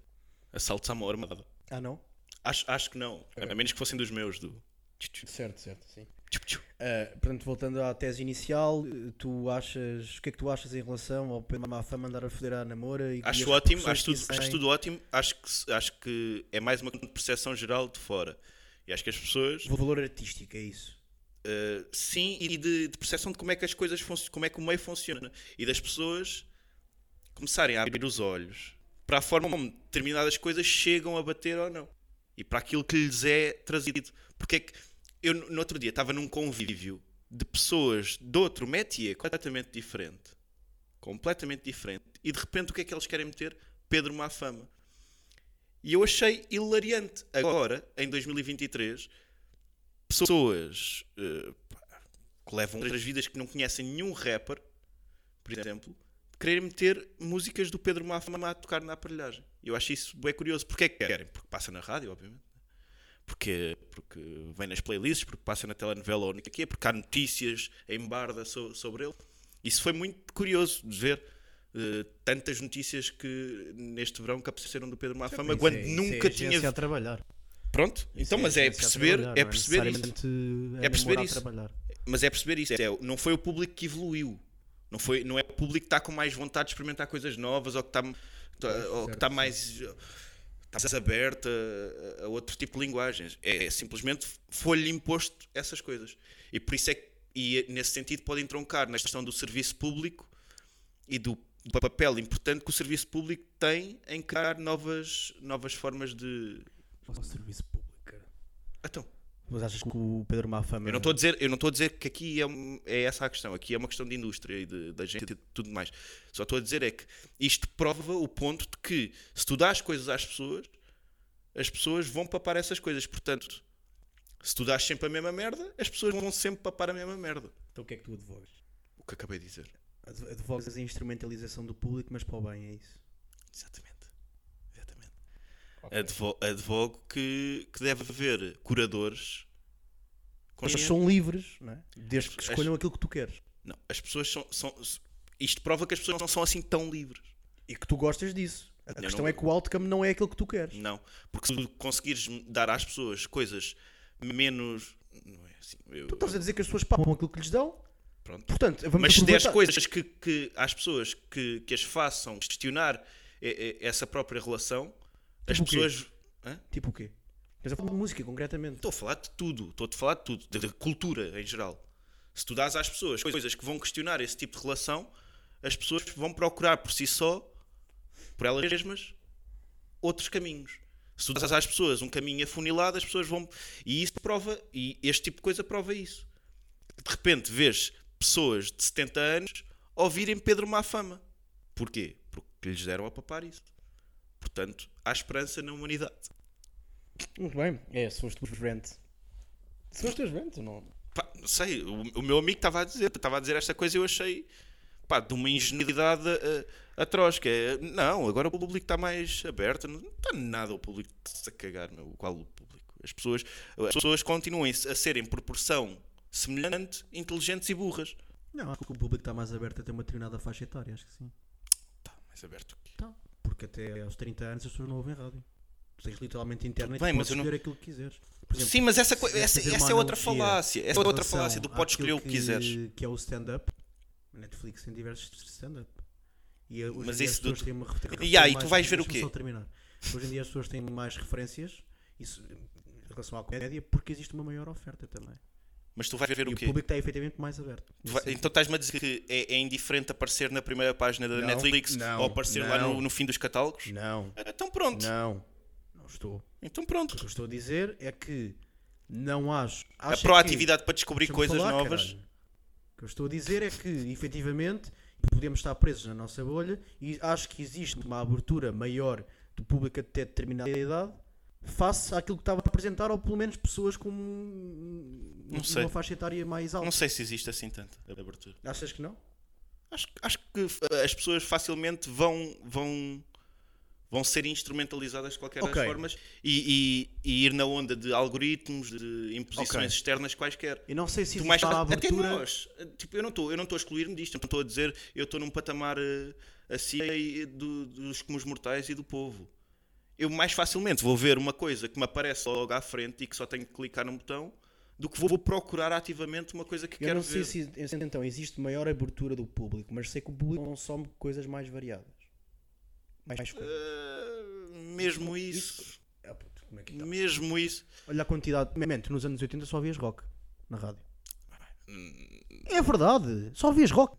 C: assaltos à mão armada.
D: Ah, não?
C: Acho, acho que não. A menos que fossem dos meus, do.
D: Certo, certo, sim. Ah, portanto, voltando à tese inicial, eh, tu achas. O que é que tu achas em relação ao Pedro Mafama andar a foder à namora? E e as
C: Acho ótimo,
D: repercussões
C: acho tudo,
D: que isso
C: acho
D: tem?
C: tudo ótimo. Acho que, se- acho que é mais uma percepção geral de fora. E acho que as pessoas.
D: O valor artístico, é isso.
C: Uh, sim, e de, de percepção de como é que as coisas funcionam, como é que o meio funciona. E das pessoas começarem a abrir os olhos para a forma como determinadas coisas chegam a bater ou não. E para aquilo que lhes é trazido. Porque é que eu, no no outro dia, estava num convívio de pessoas de outro métier completamente diferente. Completamente diferente. E de repente, o que é que eles querem meter? Pedro Má Fama. E eu achei hilariante. Agora, em 2023, pessoas eh, pá, que levam outras vidas que não conhecem nenhum rapper, por exemplo, quererem meter músicas do Pedro Mafama a tocar na aparelhagem. Eu acho isso bem curioso. Porquê é que querem? Porque passa na rádio, obviamente. né? Porque, porque vem nas playlists, porque passa na telenovela ou aqui, é, porque há notícias em barda so- sobre ele. Isso foi muito curioso de ver eh, tantas notícias que neste verão que apareceram do Pedro Mafama quando
D: Isso é- isso é
C: nunca tinha.
D: agência a trabalhar.
C: Pronto, então, mas é perceber, é perceber isso.
D: isso.
C: É perceber isso. Mas é perceber isso. é, não foi o público que evoluiu. Não, foi, não é o público que está com mais vontade de experimentar coisas novas ou que está, tá-
D: É,
C: ou que está mais, está mais aberto a, a outro tipo de linguagens. É, simplesmente foi-lhe imposto essas coisas. E por isso é que, e nesse sentido, podem troncar na questão do serviço público e do pa- papel importante que o serviço público tem em criar novas, novas formas de.
D: O serviço público, cara.
C: Então,
D: Mas achas que o Pedro Mafama.
C: Eu não estou a dizer, eu não estou a dizer que aqui é, um- é essa a questão, aqui é uma questão de indústria e de, da gente e de tudo mais. Só estou a dizer é que isto prova o ponto de que se tu dás coisas às pessoas, as pessoas vão papar essas coisas. Portanto, se tu dás sempre a mesma merda, as pessoas vão sempre papar a mesma merda.
D: Então o que é que tu advogas?
C: O que acabei de dizer.
D: Adv- Advogas a instrumentalização do público, mas para o bem, é isso.
C: Exatamente. Exatamente. Advo- advogo que, que deve haver curadores.
D: Mas
C: conscientes.
D: são livres, não é? Desde que
C: As-
D: escolham aquilo que tu queres.
C: Não, as pessoas são, são. Isto prova que as pessoas não são assim tão livres.
D: E que tu gostas disso. A
C: Eu
D: questão
C: não-
D: é que o outcome não é aquilo que tu queres.
C: Não, porque se tu conseguires dar às pessoas coisas menos. Não é assim. eu-
D: Tu estás a dizer que as pessoas papam aquilo que lhes dão,
C: pronto.
D: portanto, vamos
C: Mas se
D: aproveitar.
C: deres coisas que, que às pessoas que, que as façam questionar eh, eh, essa própria relação, as
D: Tipo o quê?
C: pessoas. Hã?
D: Tipo o quê? Estás a falar de música, concretamente.
C: Estou a falar de tudo, estou a falar de tudo, da da cultura em geral. Se tu dás às pessoas coisas que vão questionar esse tipo de relação, as pessoas vão procurar por si só, por elas mesmas, outros caminhos. Se tu dás às pessoas um caminho afunilado, as pessoas vão. E isso prova, e este tipo de coisa prova isso. De repente vês pessoas de 70 anos ouvirem Pedro Má Fama. Porquê? Porque lhes deram a papar isso. Portanto, há esperança na humanidade.
D: Muito bem. É, se foste rent. Se foste rent, não.
C: Pá, não sei, o, o meu amigo estava a dizer, estava a dizer esta coisa e eu achei pá, de uma ingenuidade eh, atroz, que é, não, agora o público está mais aberto, não não está nada o público se a cagar, meu, qual o público? As pessoas, as pessoas continuem a ser em proporção semelhante, inteligentes e burras.
D: Não, acho que o público está mais aberto a ter uma determinada faixa etária, acho que sim.
C: Tá, mais aberto que
D: Tá. Porque até aos 30 anos as pessoas não ouvem rádio. Tu tens literalmente internet
C: Bem,
D: e
C: mas
D: podes
C: eu não-
D: escolher aquilo que quiseres. Por exemplo,
C: Sim, mas essa, coi-
D: se quiseres
C: essa,
D: fazer
C: essa
D: uma
C: é outra
D: analogia
C: falácia, essa
D: em
C: é outra
D: relação
C: falácia, tu podes escolher o que,
D: àquilo
C: quiseres.
D: Que é o stand-up. A Netflix tem diversos stand-up. E eh, hoje
C: Mas
D: em
C: esse
D: dia as
C: do-
D: pessoas têm uma refer-
C: E aí,
D: têm
C: tu
D: mais-
C: vais ver o
D: deixa-me
C: quê?
D: só terminar. Hoje em dia as pessoas têm mais referências isso, em relação à comédia porque existe uma maior oferta também.
C: Mas tu vais ver
D: E
C: o
D: o
C: quê?
D: público assim. está efetivamente mais aberto.
C: Tu vai- então estás-me a dizer que é, é indiferente aparecer na primeira página da
D: Não,
C: Netflix
D: não,
C: ou aparecer lá
D: não.
C: no, no fim dos catálogos?
D: Não,
C: Então pronto.
D: não, não estou.
C: Então
D: O que
C: pronto.
D: eu estou a dizer é que não acho.
C: A
D: acho é
C: proatividade para
D: que-
C: descobrir
D: deixa-me
C: coisas
D: falar,
C: novas.
D: caralho. O que eu estou a dizer é que, efetivamente, podemos estar presos na nossa bolha e acho que existe uma abertura maior do público até determinada idade face àquilo que estava a apresentar, ou pelo menos pessoas com um, uma
C: sei.
D: faixa etária mais alta.
C: Não sei se existe assim tanto abertura.
D: Achas que não?
C: Acho, acho que eh, as pessoas facilmente vão, vão, vão ser instrumentalizadas de qualquer
D: Ok.
C: das formas e, e- e ir na onda de algoritmos, de imposições
D: Ok.
C: externas quaisquer.
D: Eu não sei se
C: Tu
D: existe
C: mais-
D: a
C: até
D: abertura.
C: nós. Tipo, eu não estou eu não estou a excluir-me disto, eu não estou a dizer eu estou num patamar eh, assim eh, do- dos comuns mortais e do povo. Eu mais facilmente vou ver uma coisa que me aparece logo à frente e que só tenho que clicar num botão do que vou procurar ativamente uma coisa que
D: Eu
C: quero
D: não sei
C: ver.
D: se então existe maior abertura do público, mas sei que o público consome coisas mais variadas. Mais coisas.
C: Eh, mesmo isso.
D: Ah, puto, como é que tá?
C: Mesmo isso.
D: Olha a quantidade. Mente, tu nos anos 80 só vias rock na rádio. É verdade, só vias rock.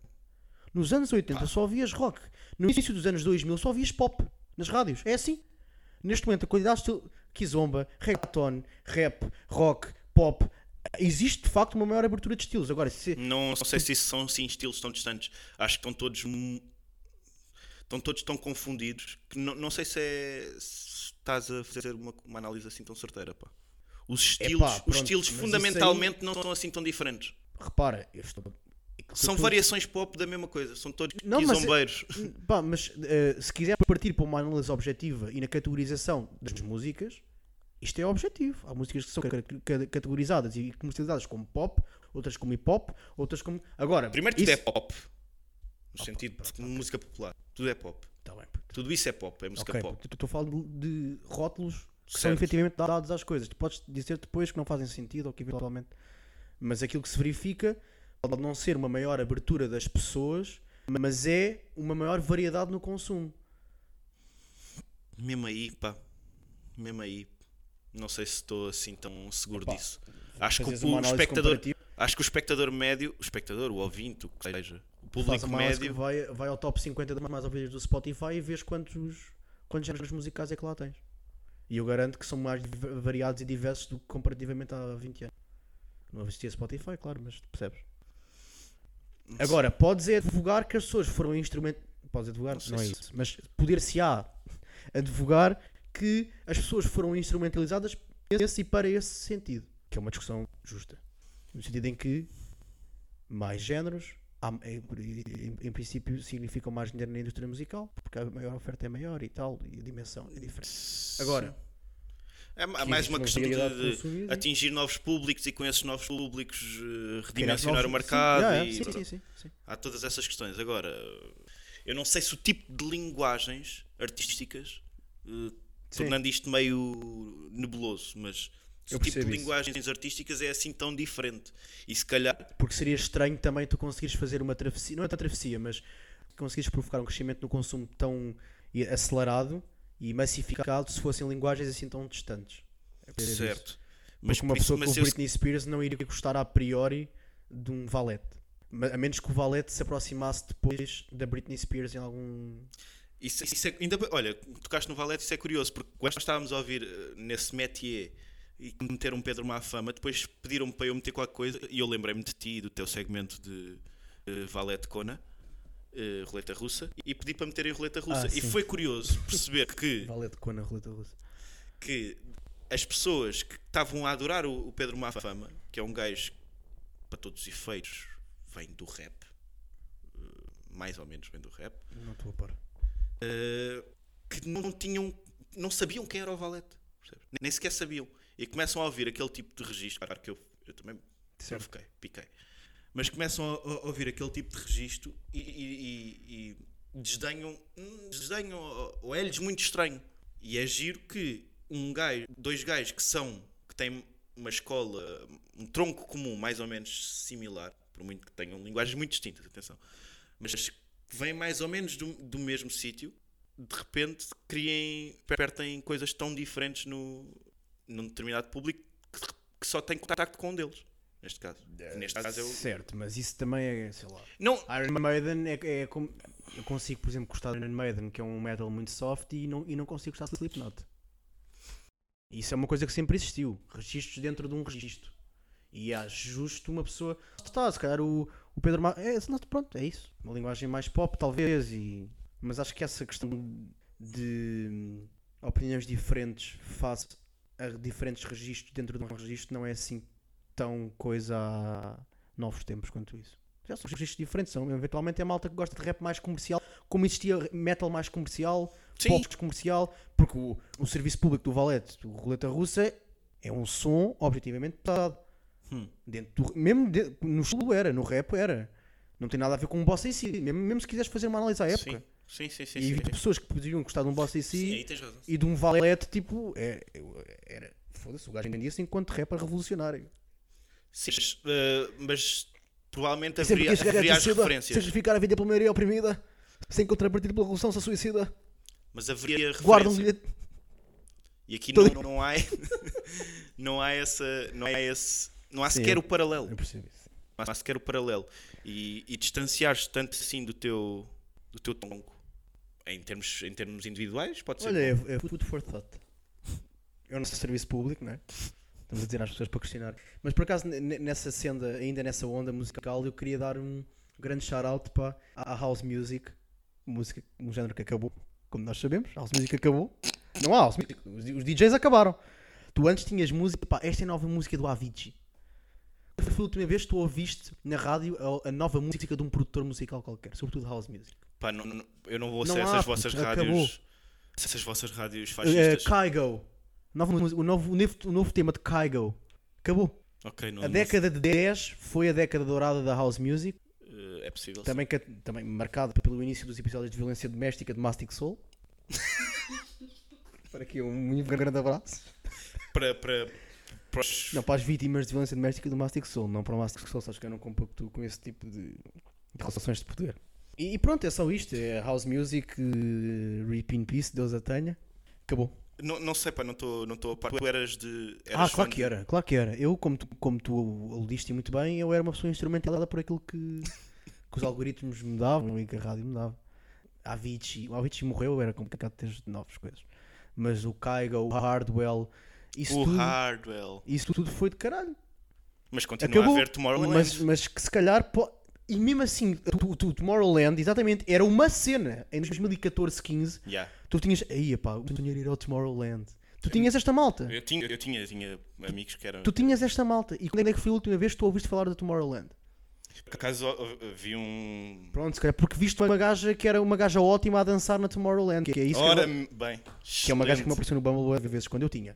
D: Nos anos 80 só vias rock. No início dos anos 2000 só vias pop nas rádios. É assim. Neste momento a qualidade de kizomba, reggaeton, rap, rock, pop. Existe de facto uma maior abertura de estilos. Agora, se,
C: Não sei se isso são sim estilos tão distantes. Acho que estão todos. mu- Estão todos tão confundidos que não, não sei se, é, se estás a fazer uma, uma análise assim tão certeira. Pá. Os estilos,
D: pronto,
C: os estilos
D: mas
C: fundamentalmente não são assim tão diferentes.
D: repara, eu estou.
C: São
D: tu-
C: variações pop da mesma coisa. São todos
D: Não, mas- é-
C: quizombeiros.
D: Pá, mas eh, se quiser partir para uma análise objetiva e na categorização das músicas, isto é objetivo. Há músicas que são ca- ca- categorizadas e comercializadas como pop, outras como hip hop, outras como. Agora,
C: Primeiro, tudo
D: isso...
C: é pop. No sentido de música popular. Tudo é pop.
D: Tá bem,
C: Tudo isso é pop. É música
D: ok,
C: pop.
D: tu- tu- Estou a falar de- de rótulos que são
C: Certo.
D: efetivamente dados às coisas. Tu podes dizer depois que não fazem sentido ou que eventualmente. Mas aquilo que se verifica pode não ser uma maior abertura das pessoas, mas é uma maior variedade no consumo.
C: Mesmo aí, pá. Mesmo aí. Não sei se estou assim tão seguro
D: Epá,
C: disso. Acho que
D: fazes
C: o,
D: uma
C: o
D: análise
C: espectador,
D: comparativa.
C: acho que o espectador médio, o espectador, o ouvinte, o que seja, o
D: Faz
C: público
D: uma análise que
C: médio,
D: vai, vai ao top 50 das mais ouvidas do Spotify e vês quantos, quantos géneros musicais é que lá tens. E eu garanto que são mais v- variados e diversos do que comparativamente há 20 anos. Não existia Spotify, claro, mas tu percebes. Agora, podes é advogar que as pessoas foram um instrumento. Podes advogar, não,
C: sei
D: é
C: se-
D: isso. Mas poder-se-á *laughs* advogar que as pessoas foram instrumentalizadas nesse e para esse sentido. Que é uma discussão justa. No sentido em que mais géneros, há- em, em- em princípio, significam mais dinheiro na indústria musical, porque a maior oferta é maior e tal, e a dimensão é diferente. Agora,
C: é ma-
D: que
C: mais
D: existe
C: uma
D: uma
C: questão de,
D: variedade
C: de
D: consumida.
C: atingir novos públicos e com esses novos públicos eh,
D: criar
C: redimensionar
D: novos-
C: o mercado.
D: Sim, yeah,
C: e-
D: yeah, sim, sim, sim, sim.
C: Há todas essas questões. Agora, eu não sei se o tipo de linguagens artísticas, eh, tornando isto meio nebuloso, mas se
D: Eu
C: o tipo de
D: percebo isso.
C: linguagens artísticas é assim tão diferente. E se calhar
D: Porque seria estranho também tu conseguires fazer uma travessia, não é uma travessia, mas conseguires provocar um crescimento no consumo tão i- acelerado e massificado se fossem linguagens assim tão distantes. É poder dizer isso.
C: Certo.
D: Mas
C: Mas
D: Porque uma
C: por isso-
D: pessoa um
C: mas
D: como
C: eu-
D: Britney Spears não iria gostar a priori de um valete. Ma- A menos que o valete se aproximasse depois da Britney Spears em algum.
C: isso- isso é- ainda bem- olha, tocaste no Valete, isso é curioso, porque quando nós estávamos a ouvir eh, nesse métier e que meteram um Pedro má fama, depois pediram-me para eu meter qualquer coisa e eu lembrei-me de ti e do teu segmento de eh, Valete Kona, eh, roleta russa, e pedi para meterem roleta russa.
D: Ah,
C: e
D: sim.
C: foi curioso perceber que,
D: Valete com a roleta russa.
C: que as pessoas que estavam a adorar o, o Pedro má fama, que é um gajo que, para todos os efeitos, vem do rap, eh, mais ou menos vem do rap.
D: Não estou a par.
C: Uh, que não tinham, não sabiam quem era o Valete, percebes? nem sequer sabiam. E começam a ouvir aquele tipo de registro, claro que eu, eu também
D: Certo.
C: provoquei, piquei, mas começam a, a ouvir aquele tipo de registro e, e- e- e desdenham, hum, desdenham ou- ou é-lhes muito estranho. E é giro que um gajo, dois gajos que são, que têm uma escola, um tronco comum mais ou menos similar, por muito que tenham linguagens muito distintas, atenção, mas que vêm mais ou menos do, do mesmo sítio, de repente criem, pervertem coisas tão diferentes no, num determinado público que, que só tem contacto com um deles. neste caso. Que Neste caso é o.
D: Certo, mas isso também é, sei lá.
C: Não,
D: Iron Maiden é, é como. Eu consigo, por exemplo, gostar de Iron Maiden, que é um metal muito soft, e não, e não consigo gostar de Slipknot. Isso é uma coisa que sempre existiu. Registros dentro de um registro. E acho justo uma pessoa. Está, se calhar o, o Pedro. Ma... É, se não, pronto, é isso. Uma linguagem mais pop, talvez. E... Mas acho que essa questão de opiniões diferentes face a diferentes registros dentro de um registro não é assim tão coisa há novos tempos quanto isso. Já são registros diferentes, são, eventualmente é malta que gosta de rap mais comercial, como existia metal mais comercial,
C: Sim.
D: pop mais comercial, porque o, o serviço público do Valete, do Roleta Russa, é um som objetivamente pesado.
C: Hum.
D: Dentro do- mesmo de- no estilo era, no rap era. Não tem nada a ver com um boss em si, mesmo, mesmo se quiseres fazer uma análise à época.
C: sim, sim, sim, sim.
D: e tipo,
C: sim,
D: havia pessoas que podiam gostar de um boss em si
C: Sim, aí tens razão.
D: e de um valete, tipo, é- eu- era, foda-se, o gajo entendia-se enquanto rapper revolucionário.
C: Sim, mas, eh, mas provavelmente
D: Sempre
C: haveria,
D: que este gajo
C: haveria as
D: suicida,
C: referências.
D: Sacrificar a vida pela maioria oprimida, sem contrapartida pela revolução, se suicida,
C: Mas haveria
D: guarda um
C: referências.
D: bilhete.
C: E aqui
D: Todo-
C: não, não há *laughs* não há essa não há esse não há
D: Sim, é.
C: sequer
D: eu-
C: o paralelo
D: Eu percebo isso.
C: não há sequer o paralelo e, e distanciar-se tanto assim do teu do teu tronco em termos em termos individuais pode ser
D: Olha,
C: bom.
D: é, é food for thought. É o nosso serviço público, não é? Estamos a dizer às pessoas para questionar. Mas por acaso, ne- ne- nessa senda, ainda nessa onda musical, eu queria dar um grande shout-out pá, à à House Music, música, um género que acabou, como nós sabemos. House Music acabou. Não há House Music, os, os DJs acabaram. Tu antes tinhas música, pá, esta é a nova música do Avicii. Quando Foi a última vez que tu ouviste na rádio a, a nova música de um produtor musical qualquer, sobretudo House Music.
C: Pá, não- não- eu não vou
D: Não
C: ser
D: há,
C: essas vossas
D: puto,
C: rádios essas vossas rádios
D: Eh,
C: fascistas
D: Kygo. Nova mu- o, novo, o, novo, o novo tema de Kygo. Acabou.
C: ok não,
D: A
C: não-
D: década de 10 foi a década dourada da house music,
C: eh, é possível
D: também, que- também marcada pelo início dos episódios de violência doméstica de Mastic Soul. *laughs* para aqui um grande abraço.
C: para para para os-
D: Não, para as vítimas de violência doméstica do Mastic Soul, não para o Mastic Soul, sabes que eu não compacto com esse tipo de, de relações de poder. E, e pronto, é só isto. É house music, eh, Reap in Peace, Deus a tenha. Acabou.
C: não, não sei pá, não estou não estou a par tu eras de
D: Ah,
C: eras fã
D: claro que era, claro que era. Eu, como tu, como tu aludiste muito bem, eu era uma pessoa instrumentalada por aquilo que, que os algoritmos me davam e que a rádio me dava. A Avicii, o Avicii morreu, era complicado ter novas coisas. Mas o Caiga, o Hardwell,
C: de-
D: isso,
C: o
D: tudo,
C: Hardwell
D: isso tudo foi de caralho.
C: mas continua
D: Acabou.
C: a ver Tomorrowland
D: mas, mas que se calhar. po- E mesmo assim, tu, tu, Tomorrowland, exatamente, era uma cena em 2014, 15.
C: Yeah.
D: Tu tinhas. Aí, pá, o sonho era ir ao Tomorrowland. Tu tinhas esta malta.
C: Eu tinha, eu tinha, tinha amigos que eram.
D: Tu tinhas esta malta. E quando é que foi a última vez que tu ouviste falar da Tomorrowland?
C: Por acaso ó, ó, vi um.
D: Pronto, se calhar porque viste uma gaja que era uma gaja ótima a dançar na Tomorrowland. Que é isso que
C: Ora,
D: eu-
C: bem.
D: que é uma gaja que
C: excelente.
D: me apareceu no Bumble Web vezes quando eu tinha.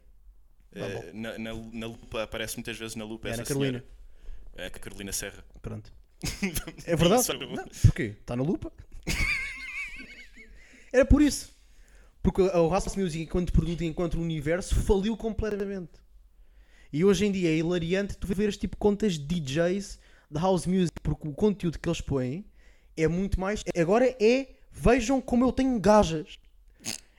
C: Eh, na, na, na lupa, aparece muitas vezes na lupa
D: Era
C: essa
D: a Carolina.
C: senhora. É, a Carolina Serra. *laughs*
D: Pronto. É verdade?
C: Isso é bom.
D: Não, porquê? Está na lupa? *laughs* Era por isso. Porque a a House Music, enquanto produto e enquanto universo, faliu completamente. E hoje em dia é hilariante tu ver este tipo de contas de DJs da House Music, porque o conteúdo que eles põem é muito mais. Agora é vejam como eu tenho gajas.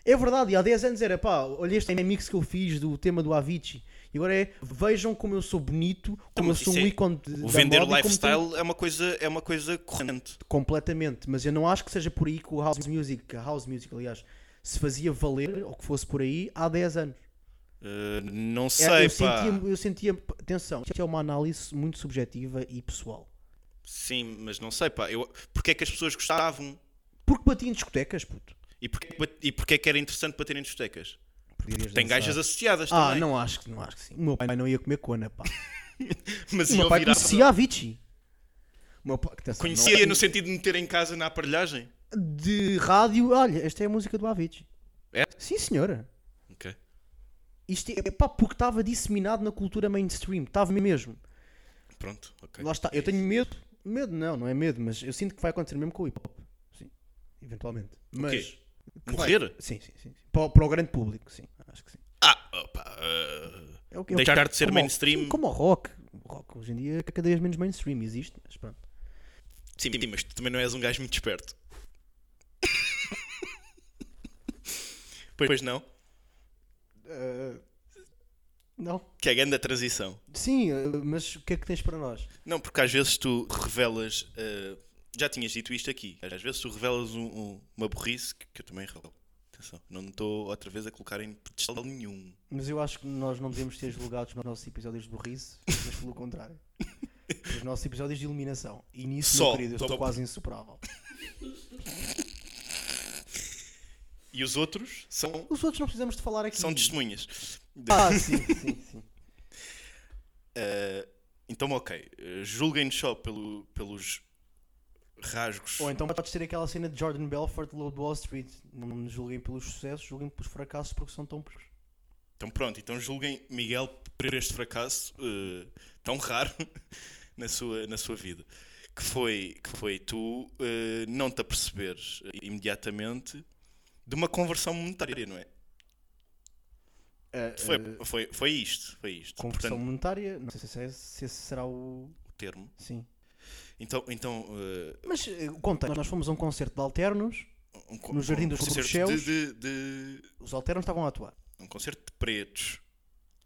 D: É verdade, e há 10 anos era pá, olha este mix que eu fiz do tema do Avicii. E agora é vejam como eu sou bonito, como eu
C: mas
D: sou
C: isso
D: um
C: é-
D: ícone de,
C: O
D: da
C: vender
D: moda e como tenho
C: lifestyle é uma coisa, é uma coisa corrente.
D: completamente, mas eu não acho que seja por aí que o house music, que a house music aliás, se fazia valer ou que fosse por aí há 10 anos.
C: Eh, não sei,
D: Era- É, eu,
C: pá.
D: sentia, eu sentia, atenção, isto é uma análise muito subjetiva e pessoal.
C: Sim, mas não sei, pá. Eu... Porque é que as pessoas gostavam?
D: Porque batia em discotecas, puto.
C: E porque, e porque é que era interessante para terem discotecas?
D: Podias
C: Tem
D: dançar.
C: gajas associadas
D: Ah,
C: também.
D: não acho que não acho que sim. O meu pai não ia comer cona, pá.
C: *laughs* Mas
D: O meu
C: eu
D: pai
C: virava-
D: conhecia a Avicii. O meu pai- atenção, não- é?
C: Conhecia no sentido de meter em casa na aparelhagem.
D: de rádio. Olha, esta é a música do Avicii.
C: É?
D: Sim, senhora.
C: Ok.
D: Isto é, pá, porque estava disseminado na cultura mainstream, estava mesmo.
C: Pronto, ok.
D: Lá está, eu tenho medo. Medo não, não é medo, mas eu sinto que vai acontecer mesmo com o hip hop. Sim, eventualmente. Mas.
C: quê?
D: que
C: Morrer?
D: vai- Sim, sim, sim. sim. Para, o- para o grande público, sim. Acho que sim.
C: Ah, opa. eh,
D: É o que é o
C: Deixar
D: que-
C: de ser
D: como o-
C: mainstream.
D: sim, como o rock. O rock hoje em dia é cada vez menos mainstream, existe, mas pronto.
C: Sim, sim, mas tu também não és um gajo muito
D: *laughs*
C: esperto. pois, pois Eh, não?
D: Não?
C: Que é a grande transição.
D: Sim, eh, mas o que é que tens para nós?
C: Não, porque às vezes tu revelas. eh, já tinhas dito isto aqui. Às vezes tu revelas um- um- uma burrice que, que eu também revelo. Atenção, não estou outra vez a colocar em pedestal nenhum.
D: Mas eu acho que nós não devemos ser julgados nos nossos episódios de burrice, mas
C: *laughs*
D: pelo contrário. Os nossos episódios de iluminação. E nisso,
C: Só,
D: meu querido, eu estou
C: só-
D: quase insuperável.
C: E os outros são,
D: Os outros não precisamos de falar aqui.
C: são testemunhas.
D: Ah, sim, sim, sim.
C: Eh, então, ok. eh, Julguem-nos só pelo- pelos rasgos.
D: Ou então pode ser aquela cena de Jordan Belfort de Lobo Wall Street. Não nos julguem pelos sucessos, julguem pelos fracassos porque são tão poucos.
C: Então, pronto. Então, julguem Miguel por este fracasso eh, tão raro *laughs* na sua, na sua vida. Que foi, que foi tu eh, não te aperceberes eh, imediatamente de uma conversão monetária, não é? Foi, foi, foi isto. Foi isto.
D: Eh, conversão
C: Portanto,
D: monetária, não sei se, é- se esse será o.
C: o termo.
D: Sim.
C: Então, então eh,
D: Mas eh, conta, nós fomos a um concerto de alternos,
C: um, co-
D: No Jardim dos
C: concerto
D: Coguchelos.
C: de- de- de-
D: os alternos estavam a atuar.
C: um concerto de pretos.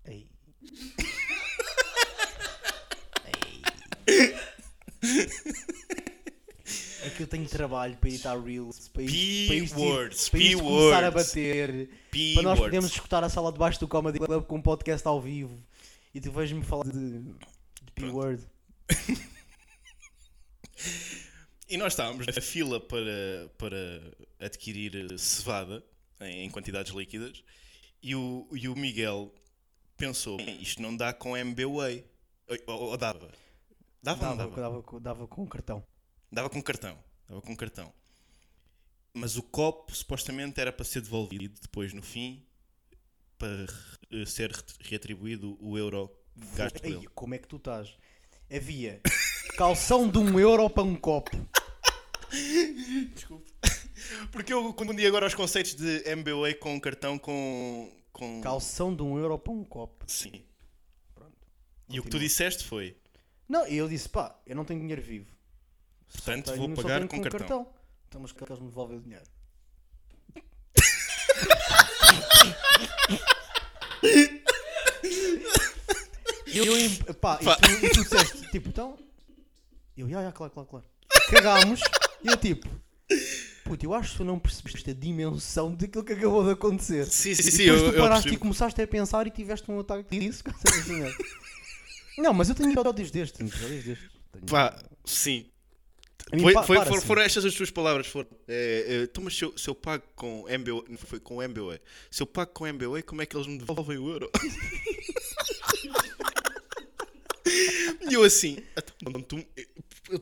D: Aí. Aí. É que eu tenho trabalho para editar reels, para isto- para isto-
C: P-words,
D: para isto começar a
C: P-words.
D: bater,
C: P
D: para nós
C: words.
D: podermos escutar a sala debaixo do Comedy Club com um podcast ao vivo e tu vais-me falar de, de P-word.
C: E nós estávamos na fila para, para adquirir eh, cevada em, em quantidades líquidas e o, e o Miguel pensou: "Bem, isto não dá com MBWay. Ou, ou- ou dava? Dava, ou não
D: Dava,
C: dava?
D: dava, com- dava com um cartão.
C: Dava com cartão. Dava com cartão. Mas o copo supostamente era para ser devolvido depois no fim para eh, ser re- reatribuído o euro gasto por
D: Ei,
C: ele.
D: como é que tu estás? Havia calção de um euro para um copo.
C: Desculpe. Porque eu confundi agora os conceitos de MBA com cartão com. com...
D: Calção de um euro para um copo.
C: Sim. E o que tu disseste foi:
D: Não, e eu disse, pá, eu não tenho dinheiro vivo. Só
C: Portanto,
D: tenho-
C: vou
D: só
C: pagar
D: tenho um
C: com cartão.
D: Então, mas que eles me devolvem o dinheiro. eu, eu em- pá,
C: Pá.
D: E, tu, e tu disseste, tipo, então... Eu, já, já, claro, claro, claro. Cagámos, e eu tipo... Puto, eu acho que tu não percebeste a dimensão daquilo que acabou de acontecer.
C: Sim, sim,
D: E
C: sim,
D: depois
C: eu-
D: tu
C: eu
D: paraste e
C: percebo.
D: começaste a pensar e tiveste um ataque disso. com certeza, senhor. Não, mas eu tenho episódios destes. Tenho episódios destes. Tenho-
C: pá, sim.
D: A mim
C: Foi-
D: pa-
C: foi-
D: para,
C: foram,
D: sim.
C: foram estas as tuas palavras. Foram, é, é, então, mas se eu, se eu pago com MBA, não foi com MBA, se eu pago com MBA, como é que eles me devolvem o euro? *laughs* e eu assim, "Então, não, tu-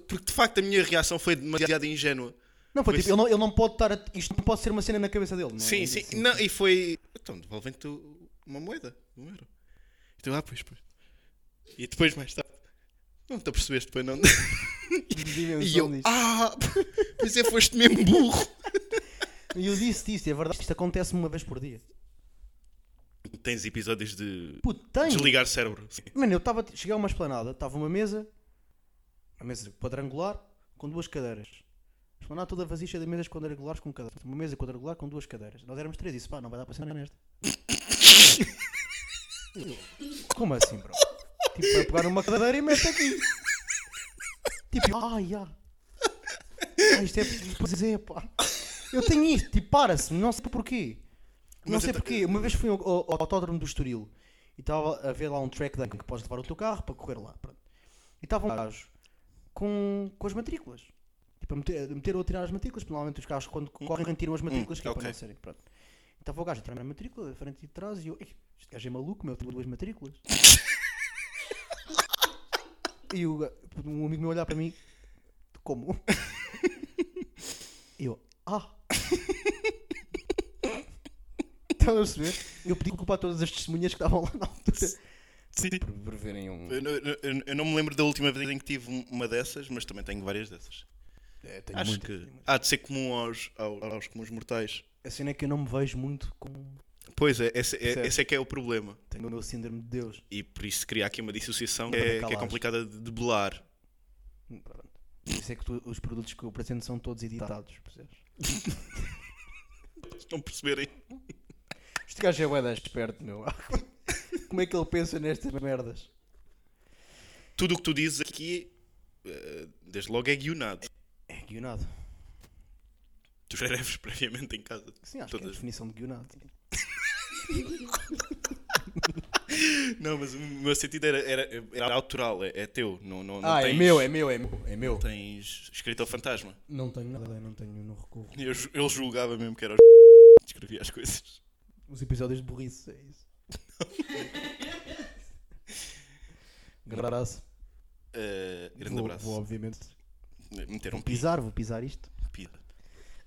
C: porque de facto a minha reação foi demasiado ingênua.
D: Não, foi
C: Mas-
D: tipo, ele não, ele não pode estar. A, isto não pode ser uma cena na cabeça dele, não é?
C: assim. Sim, sim.
D: Assim.
C: Não, e foi. Então, devolvem-te uma moeda, um euro. E tu, ah, pois, pois. E depois, mais tarde, não te apercebeste, *laughs* pois não.
D: Dimensão
C: E eu,
D: disto.
C: ah, *laughs* pois é, foste mesmo burro.
D: E eu disse isto, é verdade, isto acontece uma vez por dia.
C: Tens episódios de
D: Puto, tem.
C: desligar cérebro.
D: Mano, eu estava. Cheguei a uma esplanada, estava uma mesa, uma mesa quadrangular, com duas cadeiras. A esplanada toda vazia cheia de mesas quadrangulares com cadeiras. Uma mesa quadrangular com duas cadeiras. Nós éramos três, e disse, pá, não vai dar para cena nesta. Eu, *laughs* Como assim, bro? Tipo, vai pegar numa cadeira e mete aqui. Tipo, ai, ah, ah, isto é. Pois é, pá. Eu tenho isto, tipo, para-se, não sei porquê. Não
C: Mas
D: sei
C: então-
D: porquê. Uma vez fui ao, ao- ao autódromo do Estoril e estava a ver lá um track day que podes levar o teu carro para correr lá. pronto. E estava um gajo com, com as matrículas. Tipo, a meter, a meter ou a tirar as matrículas, porque normalmente os carros quando correm tiram as matrículas, que é para
C: ok.
D: não serem. Pronto. Estava o gajo a tirar a minha matrícula, da frente e de trás, e eu, "Ei, este gajo é maluco, meu, tem duas matrículas. e o, ga- um amigo meu olhar para mim, como? *laughs* E eu, ah! *laughs* Estão a perceber? Eu pedi culpa a todas as testemunhas que estavam lá na altura. Por verem um.
C: Eu, não- eu- eu não me lembro da última vez em que tive um, uma dessas, mas também tenho várias dessas. Acho que há de ser comum aos, aos, aos comuns mortais.
D: A cena é que eu não me vejo muito como.
C: Pois é, esse é,
D: Certo.
C: esse é que é o problema.
D: Tenho o meu síndrome de Deus.
C: E por isso se cria aqui uma dissociação que
D: Não,
C: é,
D: não
C: que é
D: calas.
C: complicada de debelar.
D: Pronto. Por isso é que tu- os produtos que eu apresento são todos editados, percebes?
C: Estão a perceberem?
D: Este gajo é bué da esperto, meu. *laughs* Como é que ele pensa nestas merdas?
C: Tudo o que tu dizes aqui, eh, desde logo, é guionado.
D: É guionado.
C: Tu escreves previamente em casa.
D: Sim, acho que é a
C: todas.
D: definição de guionado.
C: Não, mas o meu sentido era, era, era autoral, é, é teu. Não, não, não
D: Ah,
C: tens,
D: é meu, é meu, é meu. É meu.
C: Tens escrito ao fantasma.
D: Não tenho nada, não tenho, não recorro.
C: Eu, ju- eu julgava mesmo que era o *laughs* que escrevia as coisas.
D: Os episódios de burrice, é isso. *laughs* grande abraço.
C: Eh, grande
D: vou,
C: abraço.
D: Vou, obviamente,
C: Meter um pi-
D: pisar, vou pisar isto.
C: pi-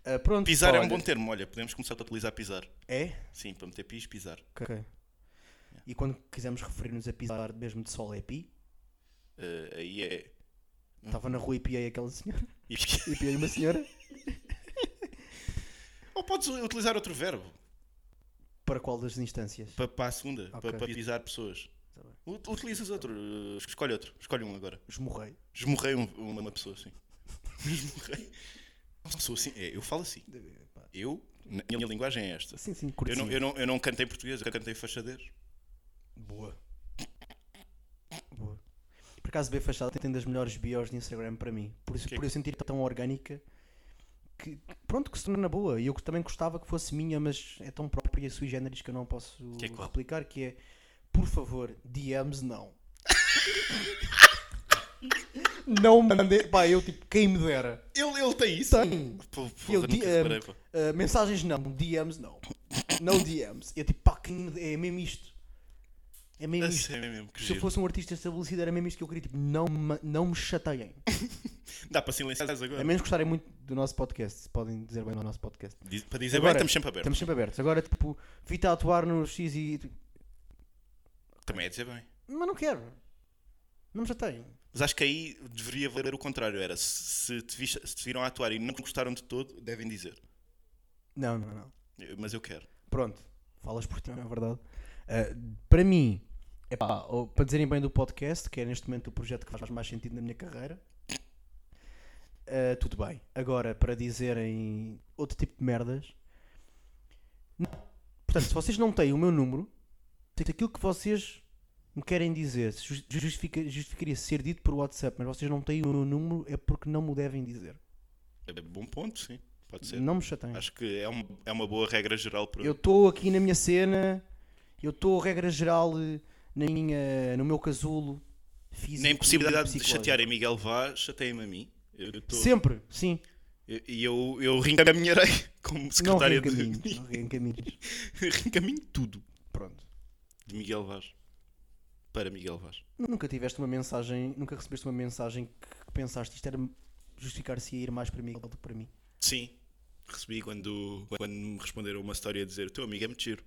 D: Ah, pronto,
C: Pisar é um
D: olha.
C: bom termo, olha, podemos começar a utilizar pisar.
D: É?
C: Sim, para meter pis, pisar.
D: Ok. E quando quisermos referir-nos a pisar mesmo de sol é pi.
C: Eh, aí é.
D: Estava na rua e piei aquela senhora.
C: E...
D: E piei uma senhora.
C: *laughs* Ou podes utilizar outro verbo
D: Para qual das instâncias?
C: para, para a segunda,
D: Ok.
C: para, para pisar pessoas.
D: Tá bem.
C: Ut- Utilizas outro, eh, escolhe outro, escolhe um agora.
D: Esmorrei.
C: Esmorrei um- uma, uma pessoa *laughs* assim. Esmorrei. Uma pessoa assim, é, eu falo assim. Eu, na minha linguagem é esta.
D: Sim, sim,
C: Eu
D: cortesia.
C: não, eu, não, eu não canto em português, eu canto em fachadez.
D: Boa. Boa. Por acaso, B Fachada tem das melhores bios de Instagram para mim. Por isso,
C: Que-
D: por eu sentir tão orgânica. Que, pronto, que se torna boa. E eu que também gostava que fosse minha, mas é tão própria e sui generis que eu não posso
C: Que é qual?
D: replicar. Que é, por favor, DMs
C: *laughs*
D: não. não mandei. Pá, eu tipo, quem me dera.
C: Ele, ele tem isso?
D: Tem.
C: Pô, porra,
D: Eu
C: nunca
D: di-
C: reparei,
D: ehm,
C: pá.
D: ah, mensagens não, DMs não. Não DMs. Eu tipo, pá, quem me dera, é mesmo isto. É mesmo
C: Ah,
D: isto.
C: sim, é mesmo, que
D: Se eu
C: giro.
D: fosse um artista estabelecido, era mesmo isto que eu queria. Tipo, não me, não me chateiem.
C: Dá para silenciar agora.
D: A menos gostarem muito do nosso podcast. se Podem dizer bem do nosso podcast.
C: Diz- para dizer
D: Agora,
C: bem, estamos sempre abertos.
D: Estamos sempre abertos. Agora, tipo, vi-te a atuar no X e. tu-
C: Também é dizer bem.
D: Mas não quero. Não me chateiem.
C: Mas acho que aí deveria valer o contrário. Era se, se te, vis- se te viram a atuar e não gostaram de todo, devem dizer.
D: Não, não, não.
C: Eu- Mas eu quero.
D: Pronto. Falas por ti, não é verdade? Ah, para mim, é pá, ou para dizerem bem do podcast, que é neste momento o projeto que faz mais sentido na minha carreira. ah, tudo bem. Agora, para dizerem outro tipo de merdas, Portanto, se vocês não têm o meu número, se aquilo que vocês me querem dizer se ju- justifica- justificaria ser dito por WhatsApp, mas vocês não têm o meu número, é porque não me o devem dizer.
C: É bem bom ponto, sim. Pode ser.
D: Não me chateiem.
C: Acho que é uma, é uma boa regra geral para.
D: Eu estou aqui na minha cena, eu estou, regra geral, eh, na minha, no meu casulo físico.
C: Na impossibilidade
D: e
C: de
D: psicológico.
C: chatearem Miguel Vaz, chateiem-me a mim. Eu, eu tô-
D: Sempre, sim.
C: eu- E eu, eu reencaminharei como
D: Não
C: secretária *laughs*
D: reencaminhos.
C: de.
D: Não reencaminhos.
C: Reencaminho tudo
D: Pronto.
C: de Miguel Vaz para Miguel Vaz.
D: Nunca tiveste uma mensagem, nunca recebeste uma mensagem que pensaste isto era justificar-se a ir mais para mim do que para mim.
C: Sim. Recebi quando, quando me responderam uma história a dizer: o teu amigo é muito giro.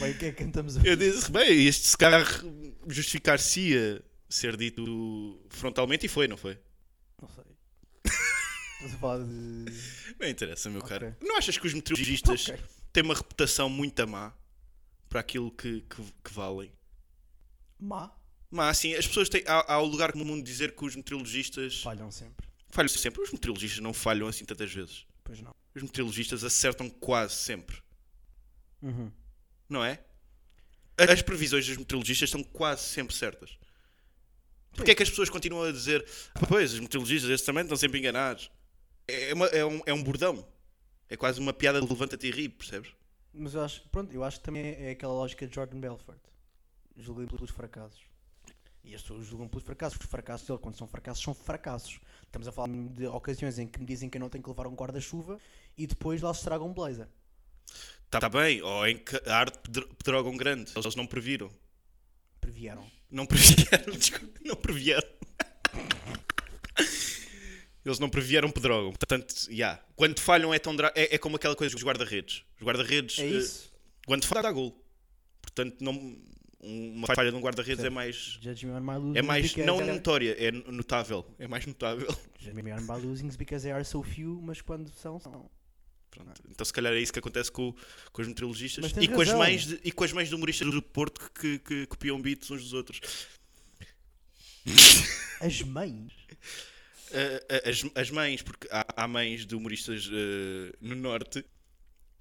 D: Bem, o que é que cantamos hoje?
C: Eu disse, bem, este se calhar justificar-se-ia ser dito frontalmente e foi, não foi?
D: Não sei. Estás a falar de.
C: Não interessa, meu caro.
D: Ok.
C: Não achas que os meteorologistas
D: Ok.
C: têm uma reputação muito má para aquilo que, que, que valem?
D: Má.
C: Mas assim, as pessoas têm. Há, há o lugar no mundo de dizer que os meteorologistas
D: Falham sempre.
C: falham sempre. Os meteorologistas não falham assim tantas vezes.
D: Pois não.
C: Os meteorologistas acertam quase sempre,
D: Uhum.
C: não é? A- As previsões dos meteorologistas são quase sempre certas. Porquê é que as pessoas continuam a dizer "Ah, pois, os meteorologistas esses também estão sempre enganados? É, é uma- é um, é um bordão. É quase uma piada de levanta-te e ri, percebes?
D: Mas eu acho, pronto, eu acho que também é aquela lógica de Jordan Belfort. Julguei pelos fracassos. E as pessoas julgam pelos fracassos. Os fracassos dele, quando são fracassos, são fracassos. Estamos a falar de ocasiões em que me dizem que eu não tenho que levar um guarda-chuva e depois lá se estraga um blazer.
C: Está Tá bem, ou em que a arte pedro- pedrogam grande. Eles não previram.
D: Previeram.
C: Não previeram, *laughs* desculpa, não previeram. Eles não previeram pedrogam. Portanto, já. Quando falham é tão dra- é, é como aquela coisa dos guarda-redes. Os guarda-redes.
D: É
C: eh,
D: isso?
C: quando falha dá gol. Portanto, não, um- uma falha de um guarda-redes é mais.
D: Judge me on my losings.
C: É mais.
D: because
C: Não
D: I-
C: notória, é notável. É mais notável. *laughs*
D: Judge me on my losings because they are so few, mas quando são, são.
C: Pronto. Então, se calhar é isso que acontece com, com os meteorologistas
D: Mas tens
C: e com, as
D: razão.
C: mães de, e com as mães de humoristas do Porto que, que- que copiam beats uns dos outros.
D: As mães.
C: Ah, ah, as, as mães, porque há, há mães eh, de humoristas ah, no Norte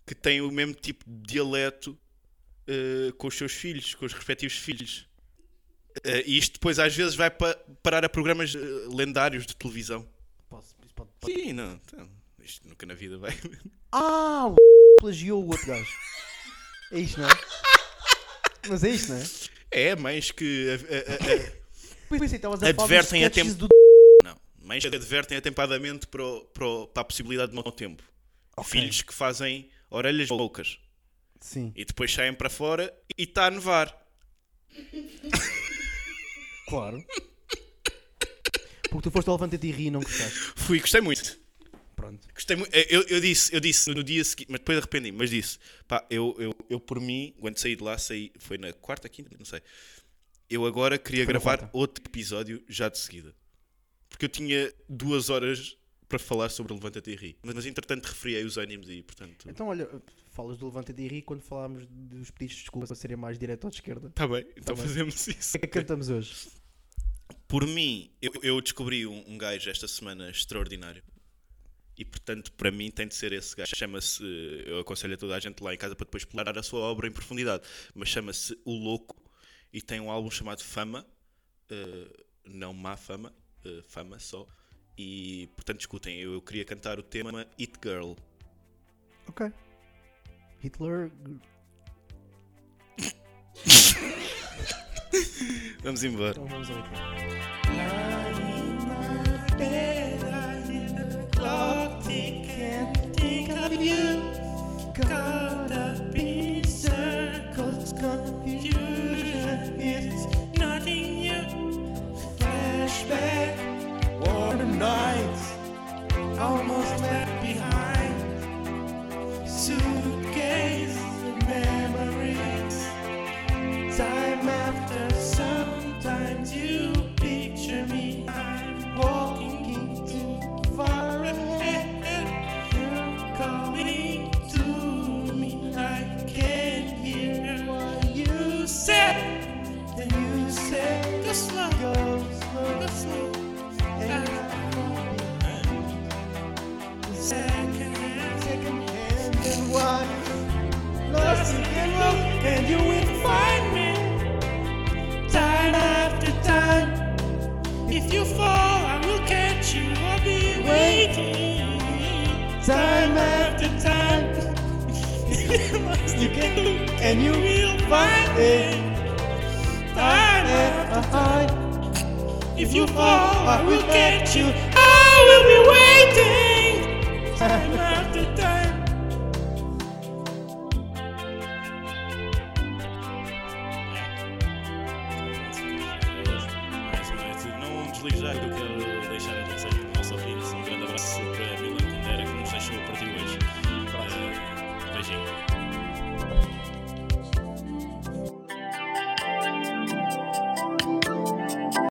C: que têm o mesmo tipo de dialeto eh, com os seus filhos, com os respectivos filhos. Eh, e isto depois às vezes vai pa- parar a programas eh, lendários de televisão.
E: Posso- isso pode- pode-
C: Sim, não. então, isto nunca na vida vai. *laughs*
E: Ah, o
D: *laughs*
E: plagiou o outro gajo. É isto, não é? Mas é isto, não é?
C: É, mães que. a- a- a- a-
E: Pois pensei, estavas a falar dos
C: Advertem a
E: sketches
C: tempo.
E: do...
C: Não. Mães que advertem atempadamente para, o- para, o- para a possibilidade de mau tempo. Filhos que fazem orelhas loucas
E: Sim.
C: e depois saem para fora e está a nevar.
E: Claro. *laughs* Porque tu foste ao Levante e ri e não gostaste.
C: Fui, gostei muito.
E: Pronto.
C: Gostei muito. Eu, eu disse, eu disse no dia seguinte, mas depois arrependi, mas disse, pá, eu, eu, eu por mim, quando saí de lá, saí, foi na quarta, quinta, não sei. Eu agora queria
E: Foi na
C: gravar
E: quarta.
C: outro episódio já de seguida. Porque eu tinha duas horas para falar sobre o Levanta-te e Ri. Mas, mas entretanto refriei os ânimos e portanto.
E: Então, olha, falas do Levante e ri quando falámos dos pedidos de desculpa para serem mais direto ou de esquerda.
C: Está bem, então
E: bem.
C: fazemos isso.
E: O que é que cantamos hoje?
C: Por mim, eu, eu descobri um, um gajo esta semana extraordinário. E portanto, para mim, tem de ser esse gajo. Chama-se, eu aconselho a toda a gente lá em casa para depois explorar a sua obra em profundidade. Mas chama-se O Louco e tem um álbum chamado Fama. eh, não má fama, eh, fama só. E portanto, escutem, eu, eu queria cantar o tema It Girl.
E: Ok. Hitler...
C: Vamos embora.
E: Então vamos ao Hitler.
F: Time after sometimes you picture me. I'm walking into far ahead. You're calling to me. I can't hear what you said. Then you said, Go slow, go slow, go slow. And I caught it. Second hand, second hand, and what? lost you can look and you will find me time after time. If you fall, I will catch you. I'll be waiting time after time. you can look and you will find me time after time. If you fall, I will catch you. I will be waiting time after time.
C: um Eh,